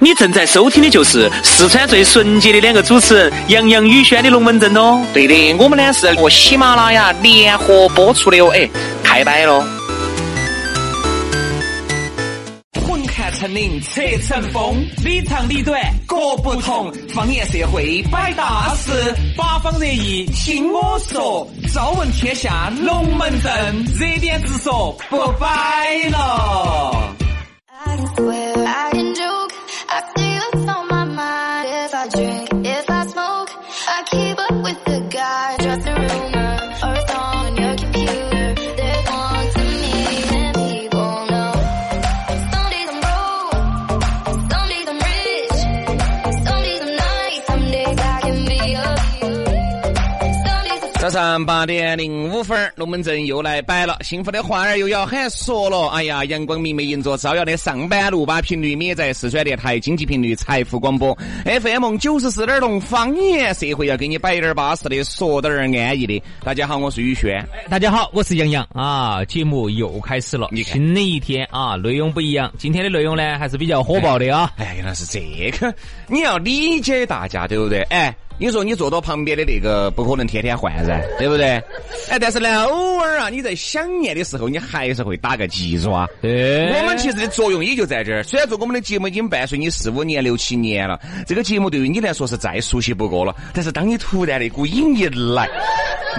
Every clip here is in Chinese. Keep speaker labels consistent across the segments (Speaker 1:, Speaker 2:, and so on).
Speaker 1: 你正在收听的就是四川最纯洁的两个主持人杨洋、宇轩的龙门阵哦。
Speaker 2: 对的，我们呢是和喜马拉雅联合播出的哦，哎，太摆了。
Speaker 3: 混看成岭侧成峰，里长里短各不同。方言社会摆大事，八方热议听我说。朝闻天下龙门阵，热点直说不摆了。
Speaker 4: Act well, I can joke. After you're on my mind, if I drink, if I smoke, I keep up with the guy. Drop the rumor or a song on your computer. They're on to me, and people know. Some days I'm broke, some days I'm rich, some days I'm nice, some days I can be a Some days I'm
Speaker 2: 早上八点零五分，龙门阵又来摆了，幸福的花儿又要喊说了。哎呀，阳光明媚迎着朝阳的上班路，把频率灭在四川电台经济频率财富广播 FM 九十四点零方言社会，要给你摆点儿巴适的，说点儿安逸的。大家好，我是宇轩。
Speaker 5: 大家好，我是杨洋啊，节目又开始了
Speaker 2: 你，看
Speaker 5: 新的一天啊，内容不一样。今天的内容呢，还是比较火爆的啊。
Speaker 2: 哎，原来是这个，你要理解大家，对不对？哎，你说你坐到旁边的那个，不可能天天换噻，对不对？哎，但是呢，偶尔啊，你在想念的时候，你还是会打个鸡爪。
Speaker 5: 哎
Speaker 2: 我们其实的作用也就在这儿。虽然做我们的节目已经伴随你四五年、六七年了，这个节目对于你来说是再熟悉不过了。但是当你突然那股瘾一来，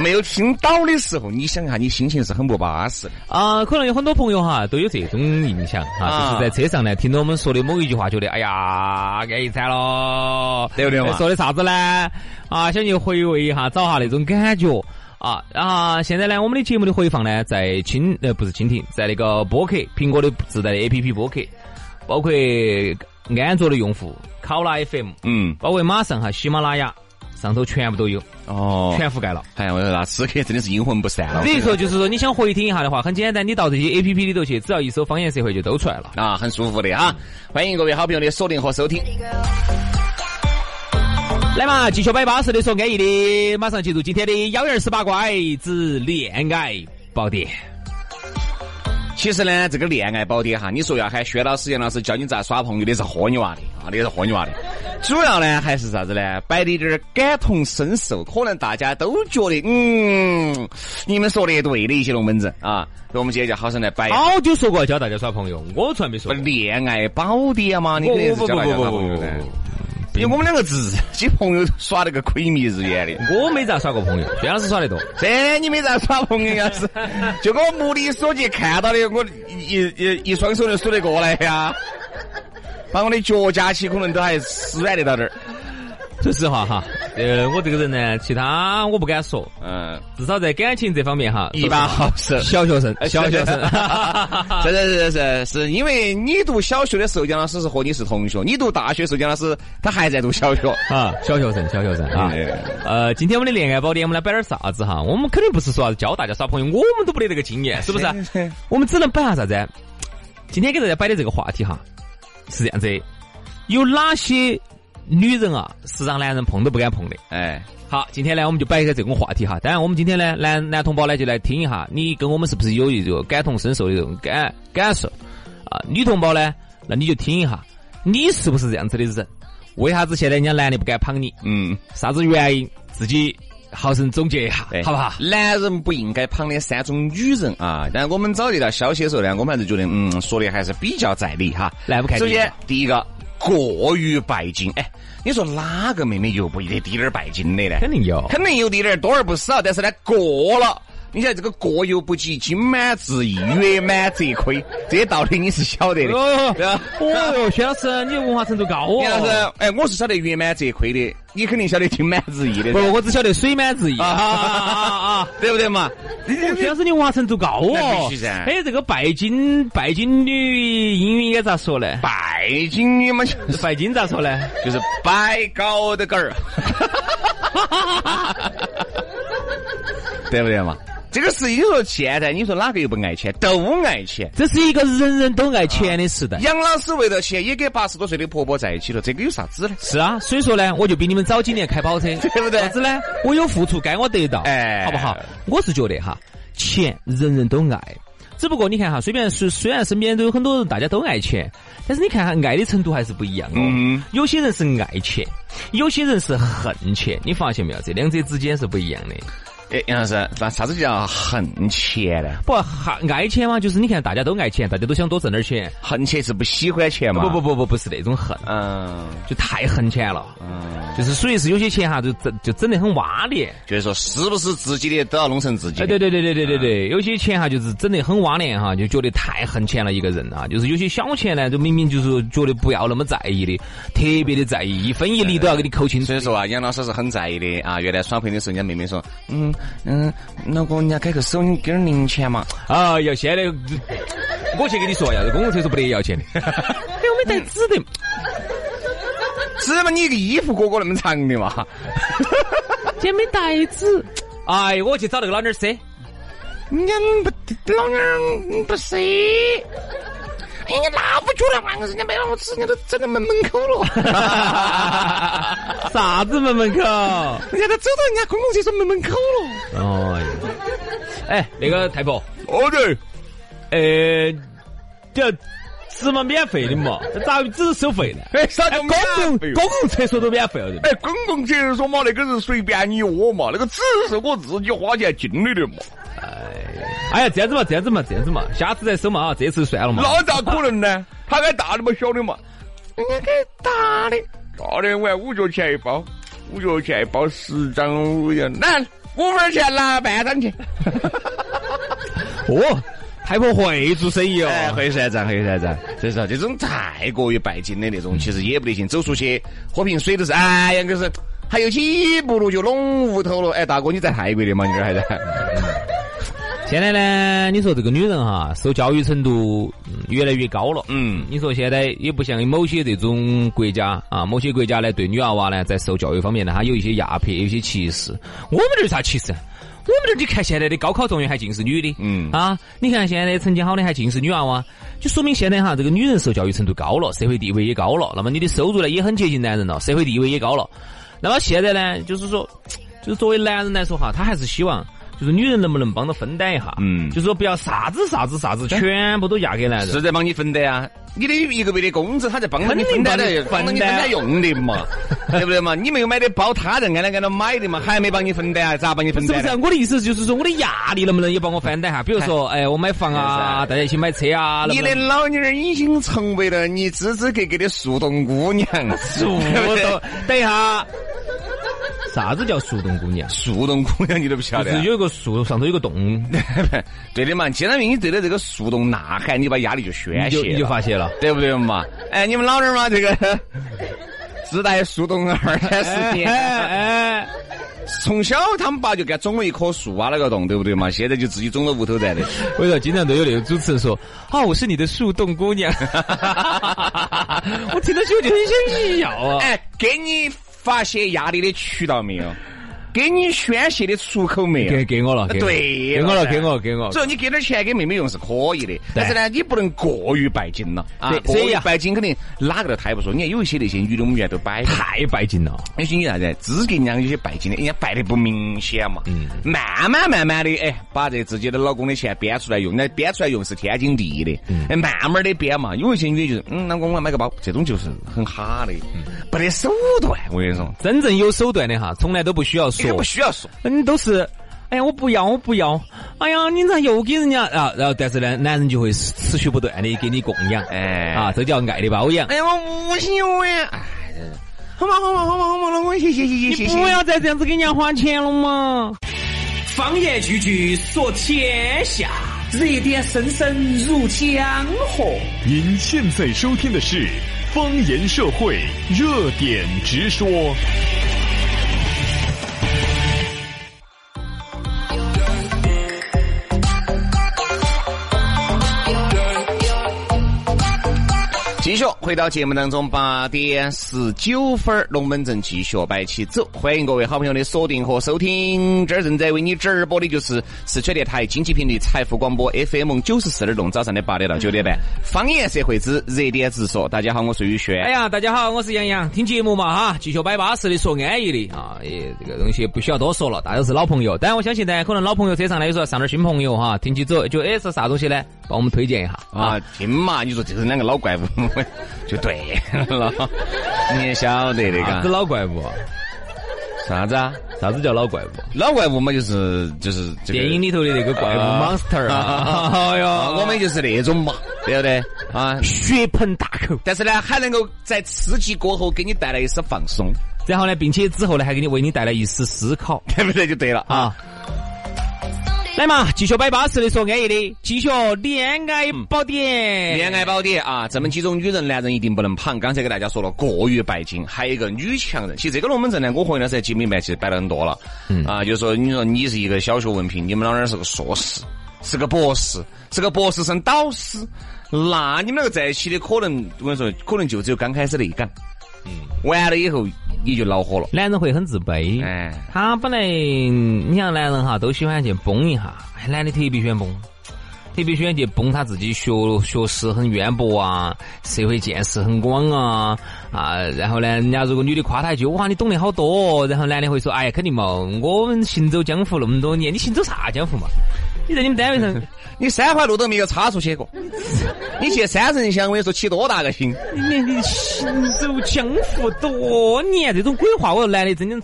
Speaker 2: 没有听到的时候，你想一下，你心情是很不巴适的。
Speaker 5: 啊，可能有很多朋友哈都有这种印象
Speaker 2: 啊
Speaker 5: 啊，就是在车上呢听到我们说的某一句话，觉得哎呀安逸惨了，
Speaker 2: 对不对嘛
Speaker 5: 哎说的啥子呢？啊，想去回味一下，找下那种感觉。啊啊！现在呢，我们的节目的回放呢，在蜻呃不是蜻蜓，在那个播客，苹果的自带的 A P P 播客，包括安卓的用户，考拉 F M，
Speaker 2: 嗯，
Speaker 5: 包括马上哈喜马拉雅上头全部都有，
Speaker 2: 哦，
Speaker 5: 全覆盖了。
Speaker 2: 哎，我说那此刻真的是阴魂不散了。
Speaker 5: 比如说，就是说你想回听一下的话，很简单，你到这些 A P P 里头去，只要一搜“方言社会”就都出来了。
Speaker 2: 啊，很舒服的啊！欢迎各位好朋友的锁定和收听。
Speaker 5: 来嘛，继续摆巴适的说安逸的，马上进入今天的幺儿十八拐之恋爱宝典。
Speaker 2: 其实呢，这个恋爱宝典哈，你说要喊薛老师、杨老师教你咋耍朋友的是豁你娃的啊，那是豁你娃的。主要呢还是啥子呢？摆的点儿感同身受，可能大家都觉得嗯，你们说的对的一些龙门阵啊。所以我们今天就好生来摆一下
Speaker 5: 早就说过要教大家耍朋友，我从来没说过。
Speaker 2: 恋爱宝典嘛，你肯定是教大家耍朋友的。因为我们两个自己朋友耍了个鬼迷日眼的。
Speaker 5: 我没咋耍过朋友，薛老师耍得多。
Speaker 2: 这你没咋耍朋友 要是，就我目力所及看到的，我一一一一双手就数得过来呀。把我的脚夹起，可能都还施软得到点儿。
Speaker 5: 说实话哈，呃，我这个人呢，其他我不敢说，
Speaker 2: 嗯，
Speaker 5: 至少在感情这方面哈，
Speaker 2: 一把好哎手。。
Speaker 5: 小学生，哎小学生
Speaker 2: 是是是是，是因为你读小学的时候，杨老师是和你是同学；你读大学的时候，杨老师他还在读小学。
Speaker 5: 啊，小学生，小学生啊
Speaker 2: 哎。
Speaker 5: 呃，今天我们的恋爱宝典，我们来摆点啥子哈？我们肯定不是说啥子教大家耍朋友，我们都不得这个经验，是不啊是？我们只能摆下啥子？今天给大家摆的这个话题哈，是这样子的：有哪些女人啊，是让男人碰都不敢碰的？
Speaker 2: 哎，
Speaker 5: 好，今天呢，我们就摆一个这种话题哈。当然，我们今天呢，男男同胞呢，就来听一下，你跟我们是不是有一种感同身受的这种感感受啊？女同胞呢，那你就听一下，你是不是这样子的人？为啥子现在人家男的不敢捧你？
Speaker 2: 嗯，
Speaker 5: 啥子原因？自己好生总结一下
Speaker 2: 对，
Speaker 5: 好不好？
Speaker 2: 男人不应该捧的三种女人啊。但我们找这条消息的时候呢，我们还是觉得，嗯，说的还是比较在理哈。
Speaker 5: 来，我们看
Speaker 2: 首
Speaker 5: 第一个
Speaker 2: 先，第一个过于拜金，哎，你说哪个妹妹又不得滴点儿拜金的呢？
Speaker 5: 肯定有
Speaker 2: 肯定有滴点儿，多而不少，但是呢，过了。你晓得这个过犹不及，金满自溢，月满则亏，这些道理你是晓得的。对吧
Speaker 5: 哦哟，薛老师，你文化程度高哦。
Speaker 2: 你要是，哎，我是晓得月满则亏的，你肯定晓得金满自溢的
Speaker 5: 不，，我只晓得水满自溢
Speaker 2: 啊
Speaker 5: 啊
Speaker 2: 啊
Speaker 5: 啊啊！
Speaker 2: 对不对嘛？
Speaker 5: 薛老师，你文化程度高
Speaker 2: 那
Speaker 5: 哦
Speaker 2: 必须噻。
Speaker 5: 哎，这个拜金拜金女英语应该咋说呢？
Speaker 2: 拜金你们就
Speaker 5: 拜金咋说呢？
Speaker 2: 就是摆高的杆儿，啊 对不对嘛？这个事情，你说现在你说哪个又不爱钱？都爱钱。
Speaker 5: 这是一个人人都爱钱的时代。
Speaker 2: 杨老师为了钱也跟八十多岁的婆婆在一起了，这个有啥子呢？
Speaker 5: 是啊，所以说呢，我就比你们早几年开跑车，对
Speaker 2: 不对
Speaker 5: 啥子呢？我有付出，该我得到，
Speaker 2: 哎
Speaker 5: 好不好？我是觉得哈，钱人人都爱，只不过你看哈，虽然虽虽然身边都有很多人，大家都爱钱，但是你看哈，爱的程度还是不一样哦。
Speaker 2: 嗯
Speaker 5: 有些人是爱钱，有些人是恨钱，你发现没有？这两者之间是不一样的。
Speaker 2: 哎，杨老师，那啥子叫恨钱呢？
Speaker 5: 不，哈爱钱嘛，就是你看大家都爱钱，大家都想多挣点钱。
Speaker 2: 恨钱是不喜欢钱嘛？
Speaker 5: 不不，不不不是那种恨，
Speaker 2: 嗯
Speaker 5: 就太恨钱了，
Speaker 2: 嗯，
Speaker 5: 就是属于是有些钱哈，就整就整得很洼的。
Speaker 2: 就是说是不是自己的都要弄成自己
Speaker 5: 哎，
Speaker 2: 的？
Speaker 5: 对对对对对对对，有些钱哈，就是整得很挖脸哈，就觉得太恨钱了一个人啊。就是有些小钱呢，就明明就是觉得不要那么在意的，特别的在意，一分一厘都要给你抠清楚
Speaker 2: 所。以说啊，杨老师是很在意的啊。原来耍朋友的时候，人家妹妹说，嗯嗯，老公，人家开个手你给点零钱嘛。
Speaker 5: 啊，要现在，我去跟你说，要是公共厕所不得要钱的。 哎，我没带纸的，
Speaker 2: 是嘛？你一个衣服裹裹那么长的嘛？
Speaker 5: 今天没带纸。 哎，我去找那个老娘儿赊。
Speaker 2: 人家不，老娘嗯不是。哎呀，那不久了嘛，人家没让我吃，人家都走到门门口 了，
Speaker 5: 啥子门门口？
Speaker 2: 人家都走到人家公共厕所门门口了。
Speaker 5: 哦，哎，那个太婆，
Speaker 2: 哦对，
Speaker 5: 呃，这吃嘛免费的嘛，咋只是收费呢？
Speaker 2: 哎，啥
Speaker 5: 哎，公共公共厕所都免费了的。
Speaker 2: 哎，公共厕所嘛，那个是随便你窝嘛，那个纸是我自己花钱进的的嘛，
Speaker 5: 哎呀，这样子嘛，这样子嘛，这样子嘛，下次再收嘛啊，这次就算了嘛。
Speaker 2: 那咋可能呢？他该大的嘛，小的嘛，人家该大的，大的我要五角钱一包，五角钱一包十张五元，那五分钱拿半张去。
Speaker 5: 哦，太婆会做生意哦。
Speaker 2: 哎，会算账，会算账。所以啊说，这种太过于拜金的那种，其实也不得行。走出去喝瓶水都是，哎呀，就是还有几步路就拢屋头了。哎，大哥，你在泰国的吗？你这儿还在？
Speaker 5: 现在呢，你说这个女人哈，受教育程度嗯越来越高了。
Speaker 2: 嗯
Speaker 5: 你说现在也不像某些这种国家啊，某些国家呢对女娃娃呢在受教育方面呢，它有一些压迫，有一些歧视。我们这儿有啥歧视？啊我们这儿你看现在的高考状元还尽是女的，
Speaker 2: 嗯
Speaker 5: 啊，你看现在成绩好的还尽是女娃娃，就说明现在哈这个女人受教育程度高了，社会地位也高了，那么你的收入呢也很接近男人了，社会地位也高了。那么现在呢，就是说，就是作为男人来说哈，他还是希望。就是女人能不能帮他分担一下？
Speaker 2: 嗯
Speaker 5: 就是说不要啥子啥子啥子，全部都嫁给男人。
Speaker 2: 是在帮你分担啊。你的一个月的工资，他在帮着你分
Speaker 5: 肯定
Speaker 2: 担
Speaker 5: 帮
Speaker 2: 的
Speaker 5: 你，
Speaker 2: 帮着你分
Speaker 5: 分
Speaker 2: 担
Speaker 5: 担
Speaker 2: 用的 嘛，对不对嘛？你没有买的包，他在挨着挨着买的嘛，还没帮你分担啊？咋帮你分
Speaker 5: 是
Speaker 2: 担
Speaker 5: 不
Speaker 2: 呢？
Speaker 5: 是啊？我的意思就是说，我的压力能不能也帮我分担一下？比如说，哎，我买房啊，大家一起买车啊，能
Speaker 2: 你
Speaker 5: 不
Speaker 2: 的
Speaker 5: 能？
Speaker 2: 老娘儿已经成为了你支支格格的树洞姑娘，树
Speaker 5: 我 说，等一下，啥子叫树洞姑娘？
Speaker 2: 树洞姑娘，你都不晓
Speaker 5: 就
Speaker 2: 得啊
Speaker 5: 是。有一个树上头有个洞，
Speaker 2: 对的嘛，既然你对着这个树洞呐喊，你把压力就宣
Speaker 5: 你就
Speaker 2: 泄
Speaker 5: 你就
Speaker 2: 了，
Speaker 5: 发现了。
Speaker 2: 对不对嘛？哎，你们老人嘛，这个自带树洞二三十
Speaker 5: 哎
Speaker 2: 年，
Speaker 5: 哎，
Speaker 2: 从小他们爸就给他种了一棵树挖了个洞，对不对嘛？现在就自己种到屋头在的。
Speaker 5: 我说经常都有那种主持人说啊，我是你的树洞姑 娘，我听到起我就很想笑啊。
Speaker 2: 哎，给你发泄压力的渠道没有？给你宣泄的出口没有？
Speaker 5: 给给我了，给我了
Speaker 2: 对
Speaker 5: 哎给我
Speaker 2: 了
Speaker 5: 了，
Speaker 2: 噻
Speaker 5: 给我了，给我了。
Speaker 2: 所以你给点钱给妹妹用是可以的，但是呢，你不能过于拜金了啊
Speaker 5: 对！
Speaker 2: 过
Speaker 5: 所以
Speaker 2: 于
Speaker 5: 啊
Speaker 2: 拜金肯定哪个都抬不住。你看有一些那些女的，我们原来都摆的
Speaker 5: 太拜金了，
Speaker 2: 有些啥子，只给人家有些拜金的，人家拜的不明显嘛。慢慢慢慢的，哎，把这自己的老公的钱编出来用，那编出来用是天经地义的。哎，慢慢的编嘛。有一些女的就是，嗯，老公我要买个包，这种就是很哈的，不得手段。我跟你说，
Speaker 5: 真正有手段的哈，从来都不需要
Speaker 2: 这个
Speaker 5: 说
Speaker 2: 不。需要说。
Speaker 5: 嗯，都是，哎呀，我不要，我不要，哎呀，你咋又给人家啊？然后，但是呢，男人就会持续不断的给你供养，
Speaker 2: 哎
Speaker 5: 啊，这叫爱的包养。
Speaker 2: 哎呀，我无心我呀，哎，好嘛好嘛好嘛好嘛，老公谢谢谢谢谢谢。
Speaker 5: 再这样子给人家花钱了嘛！
Speaker 3: 方言句句说天下，热点声声入江河。
Speaker 6: 您现在收听的是《方言社会》，热点直说。
Speaker 2: 继续回到节目当中，八点十九分儿，龙门阵继续摆起走。欢迎各位好朋友的锁定和收听，这儿正在为你直播的就是四川电台经济频率财富广播 FM 九十四点六，早上的八点到九点半，方言社会之热点直说。大家好，我是宇轩。
Speaker 5: 哎呀，大家好，我是杨洋，听节目嘛哈，继续摆巴适的说安逸的啊，也这个东西不需要多说了，大家都是老朋友。当然，我相信呢，可能老朋友车上呢，有时候上点新朋友哈，听起走就哎是啥东西呢？帮我们推荐一下啊。
Speaker 2: 啊，听嘛，你说这是两个老怪物，就对了， 你也晓得的
Speaker 5: 啥子
Speaker 2: 嘎。
Speaker 5: 老怪物？
Speaker 2: 啥子啊？
Speaker 5: 啊啥子叫老怪物？
Speaker 2: 老怪物嘛，就是就是这个
Speaker 5: 电影里头的那个怪物
Speaker 2: 啊
Speaker 5: monster 啊！ 哎
Speaker 2: 啊，
Speaker 5: 呀，
Speaker 2: 我们就是那种嘛，对不对？ 啊，
Speaker 5: 血盆大口，
Speaker 2: 但是呢，还能够在刺激过后给你带来一丝放松，
Speaker 5: 然后呢，并且之后呢，还给你为你带来一丝思考
Speaker 2: 对不对？就对了啊。
Speaker 5: 啊。来嘛，继续摆巴适的说安逸的，继续恋爱宝典。
Speaker 2: 恋爱宝典啊，这么几种女人，男人一定不能胖。刚才给大家说了，过于拜金，还有一个女强人。其实这个龙门阵呢，我和袁老师在节目里面其实摆了很多了。嗯啊，就说你说你是一个小学文凭，你们老二是个硕士，是个博士，是个博士生导师，那你们两个在一起的可能，我跟你说，可能就只有刚开始那一杆。嗯，完了以后你就恼火了。
Speaker 5: 男人会很自卑。
Speaker 2: 哎，
Speaker 5: 他本来你像男人哈，都喜欢去崩一下，哎男的特别喜欢崩，特别喜欢去崩他自己学学识很渊博啊，社会见识很广啊啊，然后呢，人家如果女的夸他一句，哇，你懂得好多哦，然后男的会说，哎呀，肯定嘛，我们行走江湖那么多年，你行走啥江湖嘛？你在你们单位上，
Speaker 2: 你三环路都没有插出去过，你去三人乡，我跟你说起多大个心？
Speaker 5: 你你行走江湖多年，这种鬼话，我说男的真的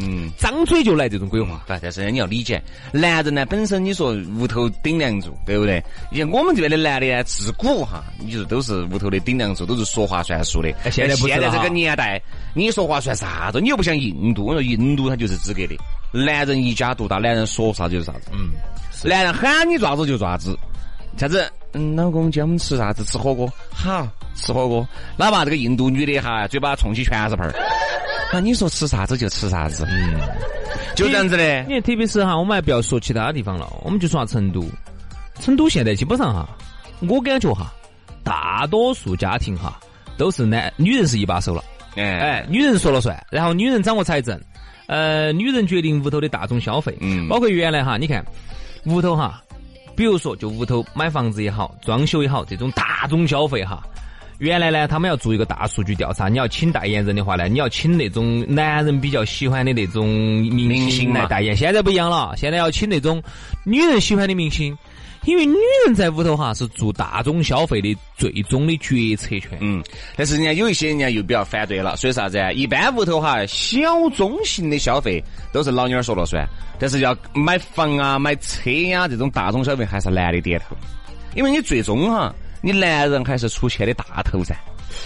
Speaker 2: 嗯。
Speaker 5: 张嘴就来这种鬼话。
Speaker 2: 对，但是你要理解，男人呢本身你说屋头顶梁柱，对不对？你像我们这边的男的呢，啊自古哈，你就是都是屋头的顶梁柱，都是说话算数的。
Speaker 5: 哎现在不是
Speaker 2: 现在
Speaker 5: 了
Speaker 2: 这
Speaker 5: 哈
Speaker 2: 个年代，你说话算啥子？你又不像印度，我说印度他就是资格的，男人一家独大，男人说啥子就是啥子。嗯，男人喊你爪子就爪子，啥子？嗯，老公，今天我们吃啥子？吃火锅。好，吃火锅。哪怕这个印度女的哈，嘴巴冲起全是泡儿。那你说吃啥子就吃啥子，嗯，就这样子的。
Speaker 5: 因为特别是哈，我们还不要说其他地方了，我们就说下成都。成都现在基本上哈，我感觉哈，大多数家庭哈都是男女人是一把手了，
Speaker 2: 哎
Speaker 5: 哎，，女人说了算，然后女人掌握财政，呃，女人决定屋头的大众消费，
Speaker 2: 嗯
Speaker 5: 包括原来哈，你看屋头哈，比如说就屋头买房子也好，装修也好，这种大众消费哈。原来呢，他们要做一个大数据调查，你要请代言人的话呢，你要请那种男人比较喜欢的那种明
Speaker 2: 明
Speaker 5: 星
Speaker 2: 星嘛
Speaker 5: 来代言。现在不一样了，现在要请那种女人喜欢的明星，因为女人在屋头哈是做大众消费的最终的决策权。
Speaker 2: 嗯，但是人家有一些人家又比较反对了，所以啥子啊？一般屋头哈，小中型的消费都是老妞儿说了算，但是要买房啊、买车呀、这种大众消费还是男的点头，因为你最终哈，你男人还是出钱的大头噻。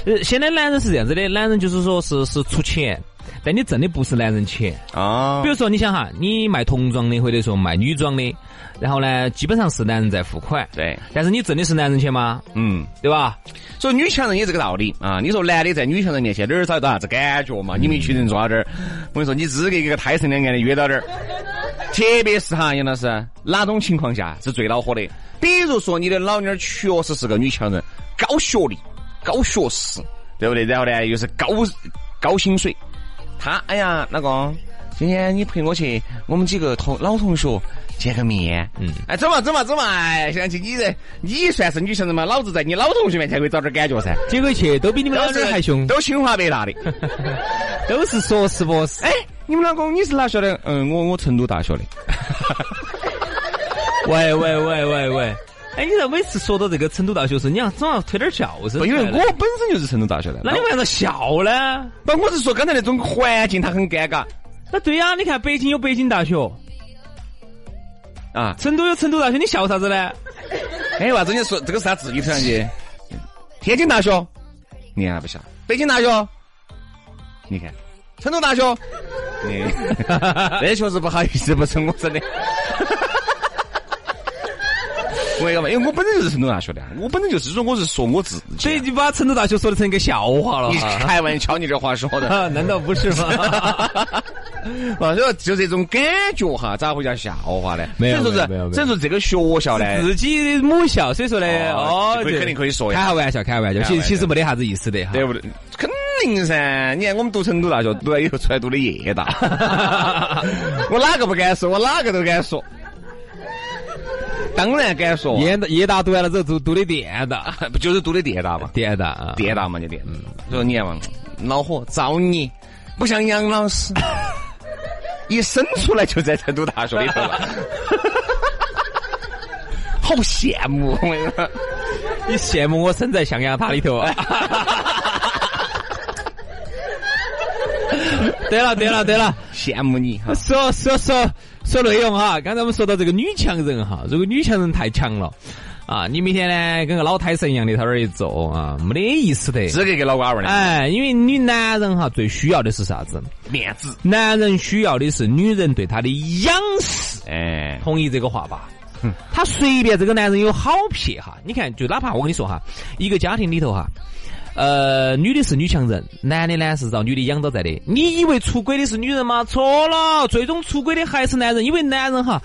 Speaker 5: 呃，现在男人是这样子的，男人就是说是是出钱，但你挣的不是男人钱。
Speaker 2: 啊
Speaker 5: 比如说，你想哈，你卖童装的，或者说卖女装的，然后呢，基本上是男人在付款，
Speaker 2: 对，
Speaker 5: 但是你挣的是男人钱吗？
Speaker 2: 嗯，
Speaker 5: 对吧？
Speaker 2: 所以女强人也这个道理啊。你说男的在女强人面前哪儿找得到啥子感觉嘛？你们一群人坐到这儿，我跟你说，你只给一个胎神两个的约到这儿，特别是哈，杨老师，哪种情况下是最恼火的？比如说你的老妞儿确实是个女强人，高学历、高学识，对不对？然后呢，又是高高薪水，她哎呀，老公。今天你陪我去，我们几个同老同学见个面。嗯，哎，走嘛走嘛走嘛！哎，想起你这，你算是女强人嘛？老子在你老同学面前会找点感觉噻。
Speaker 5: 结果去都比你们老
Speaker 2: 都
Speaker 5: 爹
Speaker 2: 是
Speaker 5: 还凶，
Speaker 2: 都清华北大的。
Speaker 5: 都是硕士博士。
Speaker 2: 哎，你们老公你是哪学的？嗯，我我成都大学的。
Speaker 5: 喂喂喂喂喂，哎，你咋每次说到这个成都大学生，你要总要推点笑声出
Speaker 2: 不，
Speaker 5: 来呢？
Speaker 2: 因为我本身就是成都大学的。
Speaker 5: 那你为啥子笑呢？
Speaker 2: 不，我是说刚才那种环境，它很尴尬
Speaker 5: 那对呀、你看北京有北京大学，
Speaker 2: 啊。
Speaker 5: 成都有成都大学，你笑啥子呢？
Speaker 2: 哎，娃子，你说这个是啥自己突然间？天津大学，你还不晓得？北京大学，你看，成都大学，你 这确实不好意思，不是我真的。 我也要问，因为我本身就是成都大学的，啊我本身就是，如果我是说我自己，啊
Speaker 5: 所以你把成都大学说的成一个笑话了
Speaker 2: 你
Speaker 5: 哈。
Speaker 2: 开玩笑，你这话说的。哦
Speaker 5: 啊， 难 道不是 吗？
Speaker 2: 啊，就就这种感觉哈，咋会叫笑话呢？
Speaker 5: 没有
Speaker 2: 所以说
Speaker 5: 没有没有没
Speaker 2: 是，所
Speaker 5: 有
Speaker 2: 以说这个学校呢，
Speaker 5: 自己母校，所以说呢，
Speaker 2: 哦
Speaker 5: 哦，
Speaker 2: 这个
Speaker 5: 对
Speaker 2: 肯定可以说呀
Speaker 5: 开下玩笑，开下玩笑，
Speaker 2: 开下
Speaker 5: 其
Speaker 2: 玩笑
Speaker 5: 实其实没得啥子意思的哈。
Speaker 2: 对不对？肯定噻！你看我们读成都大学，读完以后出来读的夜 大，我哪个不敢说，我哪个都敢说，当然敢说，
Speaker 5: 夜大夜大读完了之后，读读的电大，
Speaker 2: 不就是读的电大嘛？
Speaker 5: 电大啊，
Speaker 2: 电大嘛，就电大。所以你看嘛，恼火，造孽，不像杨老 师，一生出来就在成都大学里头 了。好羡慕，我跟你说，
Speaker 5: 你羡慕我身在象牙塔里头啊？ 对了对了对了，
Speaker 2: 羡慕你哈！
Speaker 5: 说说说说内容哈，刚才我们说到这个女强人哈，如果女强人太强了啊，你每天呢跟个老胎神一样的在那儿一坐啊，没得意思的。
Speaker 2: 只给给老瓜娃儿的
Speaker 5: 哎，因为女男人哈最需要的是啥子？
Speaker 2: 面子，
Speaker 5: 男人需要的是女人对他的仰视，
Speaker 2: 哎，
Speaker 5: 同意这个话吧？他随便这个男人有好撇哈，你看，就哪怕我跟你说哈，一个家庭里头哈，呃，女的是女强人，男的呢是遭女的养到在的。你以为出轨的是女人吗？错了，最终出轨的还是男人，因为男人哈，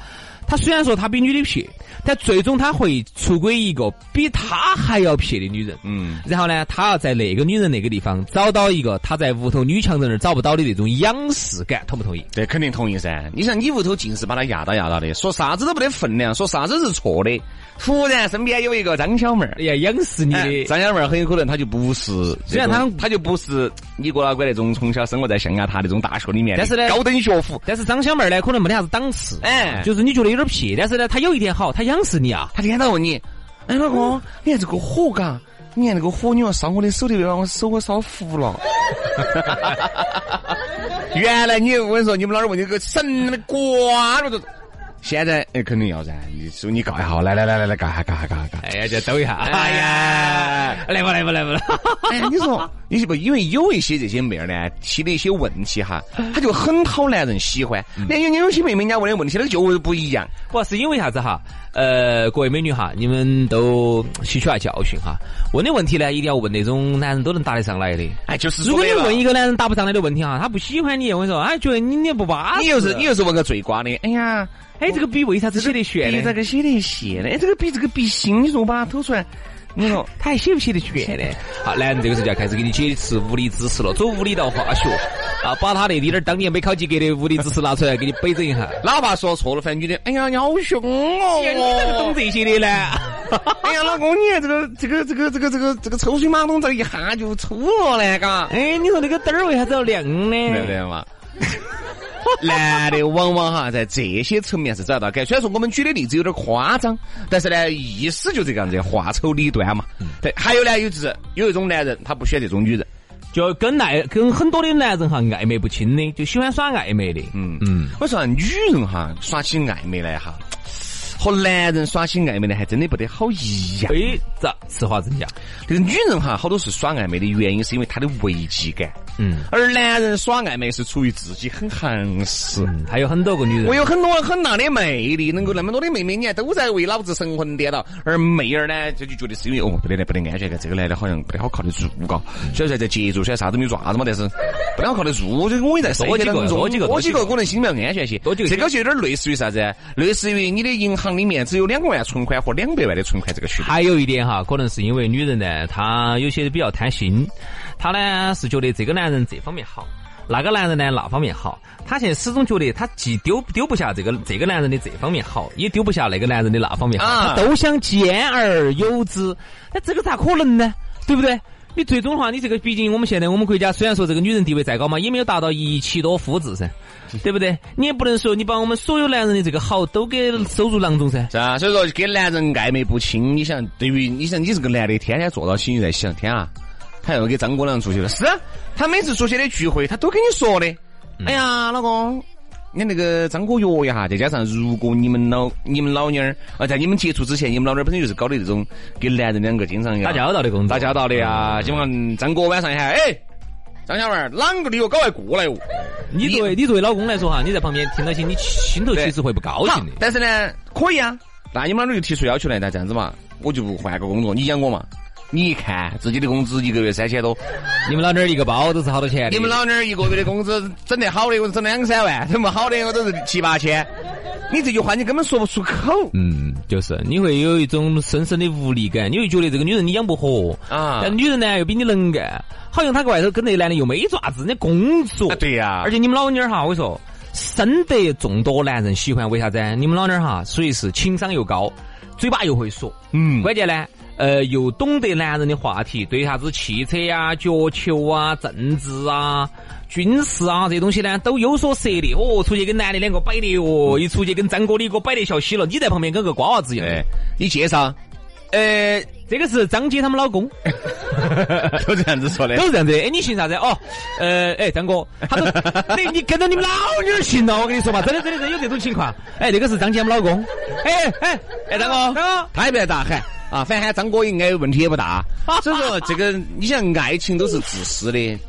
Speaker 5: 他虽然说他比女的撇，但最终他会出轨一个比他还要撇的女人。
Speaker 2: 嗯，
Speaker 5: 然后呢，他要在那个女人那个地方找到一个他在屋头女强人那儿找不到的那种仰视感，同不同意？
Speaker 2: 这肯定同意噻。你像你屋头尽是把他压到压到的，说啥子都没得分量，说啥子是错的。突然身边有一个张小妹儿
Speaker 5: 哎，呀，仰视你的，
Speaker 2: 哎张小妹儿很有可能她就不是这种，
Speaker 5: 虽然她
Speaker 2: 她就不是你郭老倌那种从小生活在象牙塔那种大学里面的，
Speaker 5: 但是呢
Speaker 2: 高等学府，
Speaker 5: 但是张小妹儿呢，可能没得啥子档次，
Speaker 2: 哎
Speaker 5: 就是你觉得有点屁，但是呢，她有一点好，她仰视你啊，
Speaker 2: 她天天到问你，哎老公，你看这个火嘎，你看那个火，你要烧我的手里边，把我手我烧糊 了。原来你我跟你说，你们老儿问你个什么瓜了都。现在哎，肯定要噻！你说你告一下，来来来来来，告一下告一下告一下。
Speaker 5: 哎呀，就抖一下，
Speaker 2: 哎
Speaker 5: 哎
Speaker 2: 呀
Speaker 5: 呀，来吧来吧来吧，
Speaker 2: 哎呀，你说，你是不？因为有一些这些妹儿呢，提的一些问题哈，她就很讨男人喜欢。
Speaker 5: 嗯
Speaker 2: 那有有些妹妹人家问的问题，那个就是不一样。
Speaker 5: 不是因为啥子哈？呃，各位美女哈，你们都吸取下教训哈。问的问题呢，一定要问那种男人都能答得上来的。
Speaker 2: 哎，就是
Speaker 5: 如果你问一
Speaker 2: 个，
Speaker 5: 个男人答不上来的问题哈，他不喜欢你，我跟你说，哎，觉得你你不巴适。
Speaker 2: 你又是你又是问个最瓜的，哎呀，
Speaker 5: 哎，这个笔为啥子写得
Speaker 2: 比
Speaker 5: 炫呢？
Speaker 2: 这个写得斜的，哎，这个比这个笔芯，你说我把它偷出来，你说
Speaker 5: 他还写不写得全呢？好，啊男人这个时候就要开始给你解释物理知识了，走物理到化学啊，把他那点儿当年没考及格的物理知识拿出来给你摆整一下。
Speaker 2: 哪怕说错了，反正女的，哎呀，你好凶哦！
Speaker 5: 你咋个懂这些的呢？
Speaker 2: 哎呀，老公，你看这个这个这个这个这个这个抽水马桶这一下就抽了呢，嘎。
Speaker 5: 哎，你说那个灯儿为啥子要亮呢？
Speaker 2: 对不对嘛？男的往往哈在这些层面是找到感，虽然说我们举的例子有点夸张，但是呢，意思就这个样子，话丑理短嘛。对，还有呢，有就是有一种男人，他不喜欢这种女人，
Speaker 5: 就跟爱跟很多的男人哈暧昧不清的，就喜欢耍暧昧的。
Speaker 2: 嗯
Speaker 5: 嗯，
Speaker 2: 我说啊女人哈耍起暧昧来哈，和男人耍起暧昧来还真的不得好一样。
Speaker 5: 哎，咋此话怎讲？
Speaker 2: 这个女人哈，好多是耍暧昧的原因是因为她的危机感，
Speaker 5: 嗯
Speaker 2: 而男人耍暧昧是出于自己很行实。
Speaker 5: 嗯，还有很多个女人
Speaker 2: 我。有很多很大的魅力，能够那么多的妹妹，你看都在为老子神魂颠倒，而妹儿呢，这就觉得是因为哦，不得了，不得安全感，这个男的好像不得好靠得住，嘎。虽然说在接触，虽然啥都没有抓子嘛，但是不得好靠得住。我就我也在社
Speaker 5: 多
Speaker 2: 会
Speaker 5: 几个
Speaker 2: 当中，
Speaker 5: 多几个
Speaker 2: 多
Speaker 5: 多
Speaker 2: 几
Speaker 5: 几个
Speaker 2: 个可能心里面安全些。
Speaker 5: 多几个
Speaker 2: 这个就有点类似于啥子？类似于你的银行里面只有两万存款和两百万的存款这个区别。
Speaker 5: 还有一点哈，可能是因为女人呢，她有些比较贪心，她呢是觉得这个男人这方面好，那个男人呢那方面好，她现在始终觉得她既丢丢不下这个这个男人的这方面好，也丢不下那个男人的那方面好，
Speaker 2: 啊
Speaker 5: 她都想兼而有之，那这个咋可能呢？对不对？你最终的话，你这个毕竟我们现在我们国家虽然说这个女人地位再高嘛，也没有达到一妻多夫制噻，对不对？你也不能说你把我们所有男人的这个好都给收入囊中噻。
Speaker 2: 是啊，所以说跟男人暧昧不清，你想对于你想你这个男的，天天坐到心里在想，天啊，他又跟张姑娘出去了。是啊，他每次出去的聚会，他都跟你说的。
Speaker 5: 嗯
Speaker 2: 哎呀，老公，你那个张哥约一下，再加上如果你们老你们老娘儿啊，在你们接触之前，你们老娘儿本身就是搞的这种跟男人两个经常要
Speaker 5: 打交道的嗯工作，
Speaker 2: 打交道的呀，基本上张哥晚上一喊，哎，张小妹儿，啷个你又搞来过来哦？
Speaker 5: 你作为你作为老公来说哈，你在旁边听到起，你心头其实会不高兴
Speaker 2: 好
Speaker 5: 的。
Speaker 2: 但是呢，可以啊，那你妈你就提出要求来，那这样子嘛，我就不换个工作，你养我嘛。你一看自己的工资一个月三千多，
Speaker 5: 你们老娘儿一个包都是好多钱的？
Speaker 2: 你们老娘儿一个月的工资整得好的我整两三万，整不好的我都是七八千。你这句话你根本说不出口
Speaker 5: 嗯，就是你会有一种深深的无力感，你会觉得这个女人你养不活，
Speaker 2: 啊！
Speaker 5: 但女人呢又比你能干，好像她个外头跟那男的又没爪子，人家工作。
Speaker 2: 啊，对呀、
Speaker 5: 而且你们老娘儿哈，我跟你说，深得众多男人喜欢，为啥子？你们老娘儿哈，属于是情商又高，嘴巴又会说，
Speaker 2: 嗯，
Speaker 5: 关键呢，呃，又懂得男人的话题，对啥子汽车啊、脚球啊、政治啊、军事啊这些东西呢，都有所涉猎。哦，出去跟男的两个摆的
Speaker 2: 嗯
Speaker 5: 哦，一出去跟张哥、李哥摆得笑嘻了，你在旁边跟个瓜娃子一样。
Speaker 2: 哎，你介 绍，呃，
Speaker 5: 这个是张姐他们老公，
Speaker 2: 都这样子说的
Speaker 5: 都。是这样子。哎，你姓啥子？哦，呃，哎，张哥，他都， 你你跟着你们老妞儿姓了，我跟你说嘛，真的真的真的有这种情况。哎，这个是张姐他们老公。哎哎
Speaker 2: 哎，张哥，
Speaker 5: 张哥，
Speaker 2: 他也不要大喊啊，反正喊张哥应该问题也不大。所以说，这个你想，爱情都是自私的。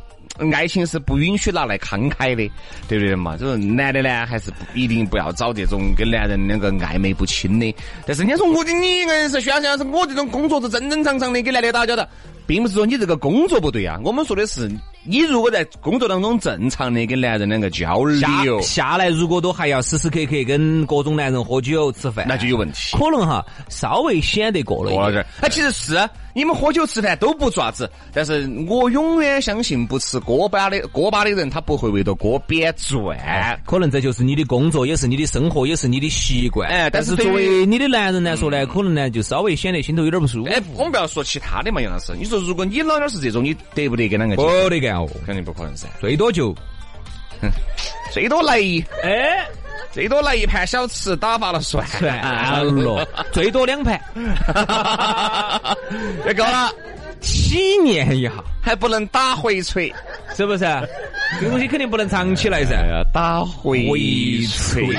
Speaker 2: 爱情是不允许拿来慷慨的，对不对嘛？就是男的呢，还是不一定不要找这种跟男人两个暧昧不清的。但是人家说我的你硬是宣扬是我这种工作是正正常常的跟男的打交道，并不是说你这个工作不对啊。我们说的是，你如果在工作当中正常的跟男人两个交
Speaker 5: 下
Speaker 2: 流，
Speaker 5: 下来如果都还要时时刻刻跟各种男人喝酒吃饭，
Speaker 2: 那就有问题。
Speaker 5: 可能哈稍微显得过了一
Speaker 2: 过了点
Speaker 5: 点。
Speaker 2: 儿。哎，其实是你们喝酒吃饭都不爪子，但是我永远相信不吃锅巴的锅巴的人，他不会围着锅边转。
Speaker 5: 可能这就是你的工作，也是你的生活，也是你的习惯。
Speaker 2: 哎但
Speaker 5: 但
Speaker 2: 是
Speaker 5: 作
Speaker 2: 对于
Speaker 5: 为你的男人来说呢，可能呢就稍微显得心头有点不舒服。
Speaker 2: 哎，我们不要说其他的嘛，杨老师，你说如果你老娘是这种，你得不得跟两个结
Speaker 5: 不
Speaker 2: 婚？
Speaker 5: 得干哦，
Speaker 2: 肯定不可能噻，
Speaker 5: 最多就
Speaker 2: 最多来一
Speaker 5: 哎
Speaker 2: 最多来一盘小吃，打发了算
Speaker 5: 算 了，哎哦最多两盘，
Speaker 2: 那够了，
Speaker 5: 体验一下，
Speaker 2: 还不能打回锤，
Speaker 5: 是不是？这个东西肯定不能藏起来噻，
Speaker 2: 哎打回
Speaker 5: 回
Speaker 2: 锤
Speaker 5: 锤，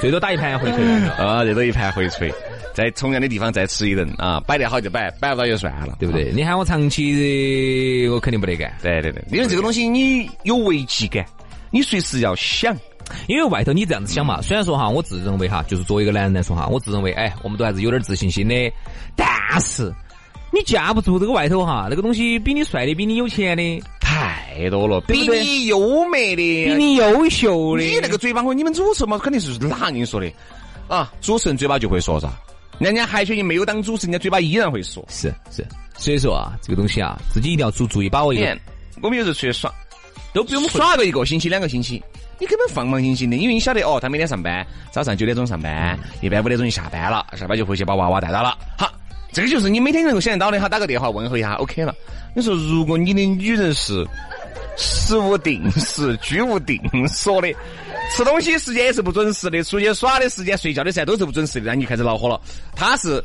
Speaker 5: 最多打一盘回去。
Speaker 2: 啊，这都一盘回锤，在同样的地方再吃一顿啊，摆得好就摆，摆不到就算了，
Speaker 5: 对不 对？你喊我长期，我肯定不得干，
Speaker 2: 对对对，因为这个东西你有危机感，你随时要想，
Speaker 5: 因为外头你这样子想嘛，虽然说哈，我自认为哈，就是作为一个男人来说哈，我自认为哎，我们都还是有点自信心的，但是你架不住这个外头哈，那个东西比你帅的，比你有钱的，
Speaker 2: 太多了，
Speaker 5: 对
Speaker 2: 比
Speaker 5: 不对
Speaker 2: 你优美的，啊
Speaker 5: 比你优秀的，
Speaker 2: 你那个嘴巴，我你们主持人嘛，肯定是哪跟你说的啊？主持人嘴巴就会说噻，人家海选你没有当主持人，人家嘴巴依然会说。
Speaker 5: 是是，所以说啊，这个东西啊，自己一定要注注意把握一
Speaker 2: 你
Speaker 5: 个
Speaker 2: 看，我们有时候出去耍，
Speaker 5: 都比我们会
Speaker 2: 耍个一个星期、两个星期，你根本放放心心的，因为你晓得哦，他每天上班，早上九点钟上班，一般五点钟就下班了，下班就回去把娃娃带到了。好，这个就是你每天能够想得到的，哈，打个电话问候一下，OK 了。你说，如果你的女人是食无定时、居无定所的，吃东西时间也是不准时的，出去耍的时间、睡觉的时间都是不准时的，那你就开始恼火了。他是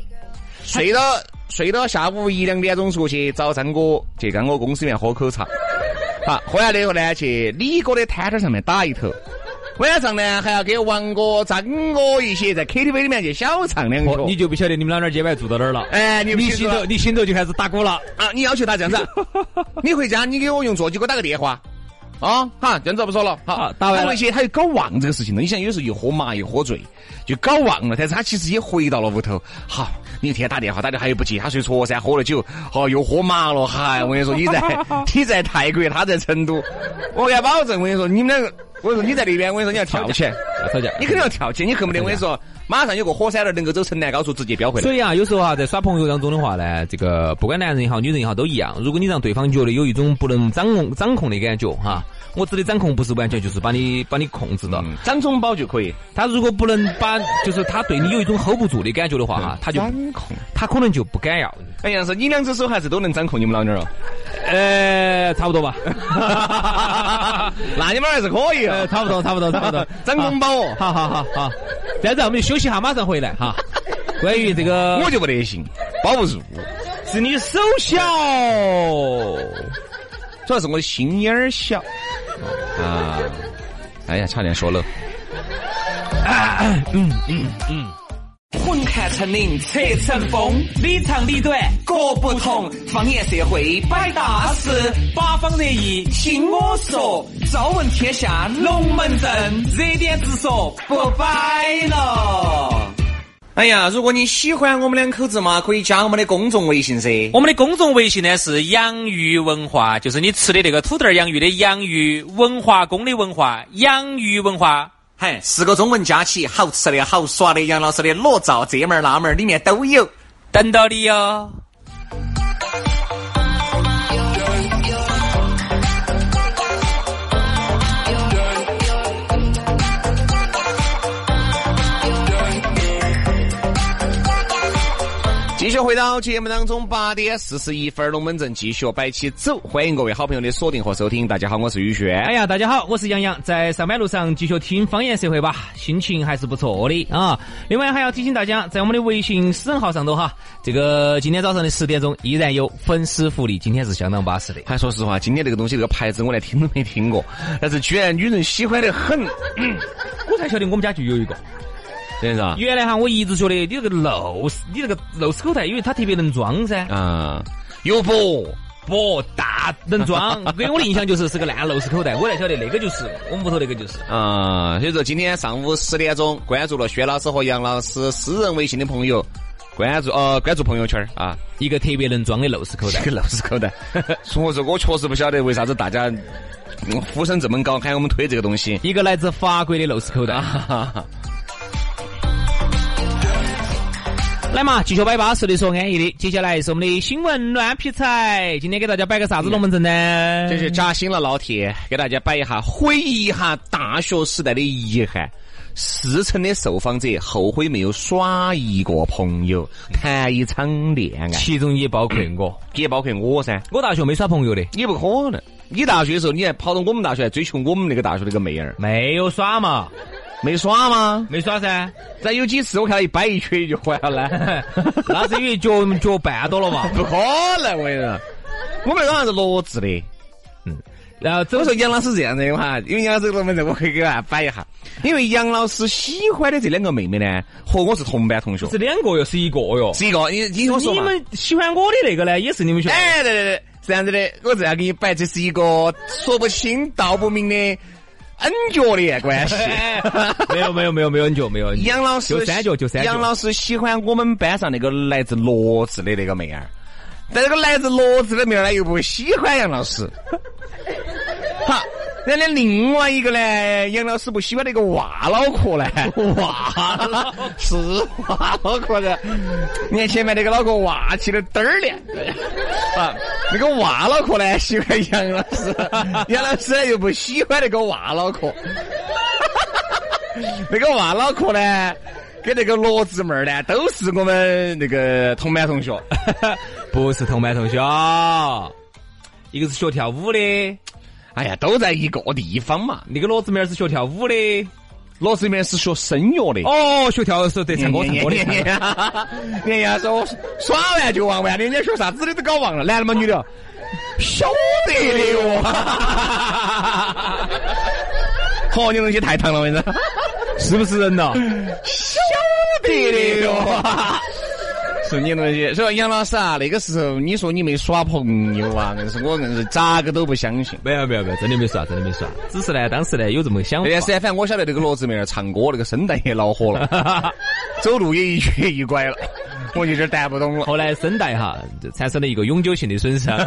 Speaker 2: 睡到睡到下午一两点钟出去找张哥去张哥公司里面喝口茶，好，喝完了以后呢，去李哥的摊摊上面打一头。晚上呢，还要给王哥、张哥一起在 KTV 里面去小唱两
Speaker 5: 哦
Speaker 2: 曲。
Speaker 5: 你就不晓得你们老娘儿今晚做到哪儿了，
Speaker 2: 哎，你不
Speaker 5: 你
Speaker 2: 清楚
Speaker 5: 心头
Speaker 2: 了
Speaker 5: 你心头就开始打鼓了。
Speaker 2: 啊！你要求他这样子，啊 你回家你给我用座机给我打个电话。啊，好，这样子不说了，好
Speaker 5: 好，打完了
Speaker 2: 他回去他又搞忘这个事情了。你想，有时候又喝麻又喝醉，就搞忘了。但是他其实也回到了屋头。好，你一天打电话，打电话又不接，他睡着噻，喝了酒，哦，又喝麻了。嗨，我跟你说，你在你在泰国，他在成都， 我敢保证，我跟你说，你们两个，我跟你说你在那边，我跟你说你要跳起来，
Speaker 5: 要吵架
Speaker 2: 你肯定要跳起来，你恨不得我跟你说，马上有个火山儿能够走城南高速直接飙回来。
Speaker 5: 所以啊，有时候啊，在耍朋友当中的话呢，这个不管男人也好，女人也好，都一样。如果你让对方觉得有一种不能掌控掌控的感觉哈，我指的掌控不是完全就是把你把你控制到，
Speaker 2: 嗯，张忠宝就可以。
Speaker 5: 他如果不能把就是他对你有一种 hold 不住的感觉的话哈，他就
Speaker 2: 控。
Speaker 5: 他可能就不敢要你。
Speaker 2: 哎，杨老师，你两只手还是都能掌控你们老娘儿
Speaker 5: 呃，差不多吧，，
Speaker 2: 哦 那你们还是可以
Speaker 5: 呃，
Speaker 2: 哦。，
Speaker 5: 差不多，差不多，差不多
Speaker 2: 掌控宝哦，
Speaker 5: 好。好好好好，这样子我们就休息一下，马上回来哈。 关于这个，
Speaker 2: 我就不得行，包不住。
Speaker 5: 是你手小。
Speaker 2: 主要是我的心眼儿小啊。哎呀，差点说漏。
Speaker 3: 混看成岭侧成峰，里长里短各不同。放眼社会百大事，八方热议听我说。朝闻天下龙门阵，热点直说不摆了。哎呀，如果你喜欢我们两口子嘛，可以加我们的公众微信噻。
Speaker 1: 我们的公众微信呢是“养鱼文化”，就是你吃的那个土豆儿洋芋的洋芋，文化宫的文化，养鱼文化。
Speaker 3: 嗨，四个中文加起，好吃的好耍的，杨老师的裸照这门儿那门儿里面都有。
Speaker 1: 等到你哦哟。
Speaker 2: 继续回到节目当中，八点四十一分，龙门阵继续摆起走，欢迎各位好朋友的锁定和收听。大家好，我是宇轩。
Speaker 5: 哎呀，大家好，我是杨洋，在上班路上继续听方言社会吧，心情还是不错的啊。另外还要提醒大家，在我们的微信私人号上头哈，这个今天早上的十点钟依然有粉丝福利，今天是相当巴适的。
Speaker 2: 还说实话，今天这个东西这个牌子我连听都没听过，但是居然女人喜欢的很，
Speaker 5: 我才晓得我们家就有一个，
Speaker 2: 真的是吧？
Speaker 5: 原来哈我一直觉得你这个漏，你这个漏丝口袋，因为它特别能装噻，
Speaker 2: 啊、有不？
Speaker 5: 不大能装，给我的印象就是是个烂漏丝口袋，我才晓得那个就是我们屋头那个就是。
Speaker 2: 啊、所以说今天上午十点钟，关注了薛老师和杨老师私人微信的朋友，关注呃关注朋友圈儿啊，
Speaker 5: 一个特别能装的漏丝口袋
Speaker 2: 这。个漏丝口袋。所以说我确实不晓得为啥子大家嗯呼声这么高，喊我们推这个东西。
Speaker 5: 一个来自法国的漏丝口袋。 来嘛，继续摆巴适的，说安逸的。接下来是我们的新闻乱劈柴，今天给大家摆个啥子龙门阵呢？
Speaker 2: 这是扎心了，老铁，给大家摆一下，回忆一下大学时代的遗憾。四成的受访者后悔没有耍一个朋友，谈一场恋爱，
Speaker 5: 其中也包括我。
Speaker 2: 也包括我噻。
Speaker 5: 我大学没耍朋友的，
Speaker 2: 也不可能，你大学的时候你还跑到我们大学来追求我们那个大学那个妹儿，
Speaker 5: 没有耍嘛，
Speaker 2: 没耍吗？
Speaker 5: 没耍噻。
Speaker 2: 咱有几次我看他一摆一圈就还了，
Speaker 5: 那是因为脚脚绊到了嘛。
Speaker 2: 不可能，我跟你说，我们那个还是罗致的。嗯
Speaker 5: 然后走
Speaker 2: 我说杨老师这样子的话，因为杨老师龙门阵，我可以给大家摆一下。因为杨老师喜欢的这两个妹妹呢，和我是同班同学，
Speaker 5: 是两个哟，是一个哟。
Speaker 2: 是一个。你你听我说
Speaker 5: 你
Speaker 2: 嘛。
Speaker 5: 们喜欢我的那个呢，也是你们学校的。
Speaker 2: 哎，对对对，是这样子的，我这样给你摆，这是一个说不清道不明的恩角恋关 系。
Speaker 5: 没有没有没有没有，你就没有。
Speaker 2: 杨老师
Speaker 5: 就三角就三角
Speaker 2: 杨老师喜欢我们班上那个来自罗致的那个妹儿，但那个来自罗致的妹儿呢又不喜欢杨老师。好，然后呢，另外一个呢，杨老师不喜欢那个娃脑壳呢，娃是娃脑壳的。你看前面那个脑壳娃起的嘚儿呢，啊，那个娃脑壳呢喜欢杨老师，杨老师呢又不喜欢那个娃脑壳。那个娃脑壳呢，跟那个罗志妹儿呢，都是我们那个同班同学。
Speaker 5: 不是同班同学，一个是学跳舞的，
Speaker 2: 哎呀，都在一个地方嘛。
Speaker 5: 那个罗子妹儿是学跳舞的，
Speaker 2: 罗志妹是学声乐的。
Speaker 5: 哦，学跳的时候
Speaker 2: 哎
Speaker 5: 得唱歌唱歌的，
Speaker 2: 人家哎说我耍完就忘完的，人家学啥子的都搞忘了，男的嘛女的，晓得的哟。 嚯，你东西太烫了，我跟你说，
Speaker 5: 是不是人呐？
Speaker 2: 晓得的哟。 是你东西，所以杨老师啊，那个时候你说你没耍朋友啊，硬是我硬是咋个都不相信。
Speaker 5: 没有没有没有，真的没耍，真的没耍，只是呢，当时呢有这么个想法
Speaker 2: 那。段时间，反正我晓得那个罗志妹儿唱歌那个声带也恼火了， 走路也一瘸一拐了，我有点担不懂了。
Speaker 5: 后来声带哈就产生了一个永久性的损伤，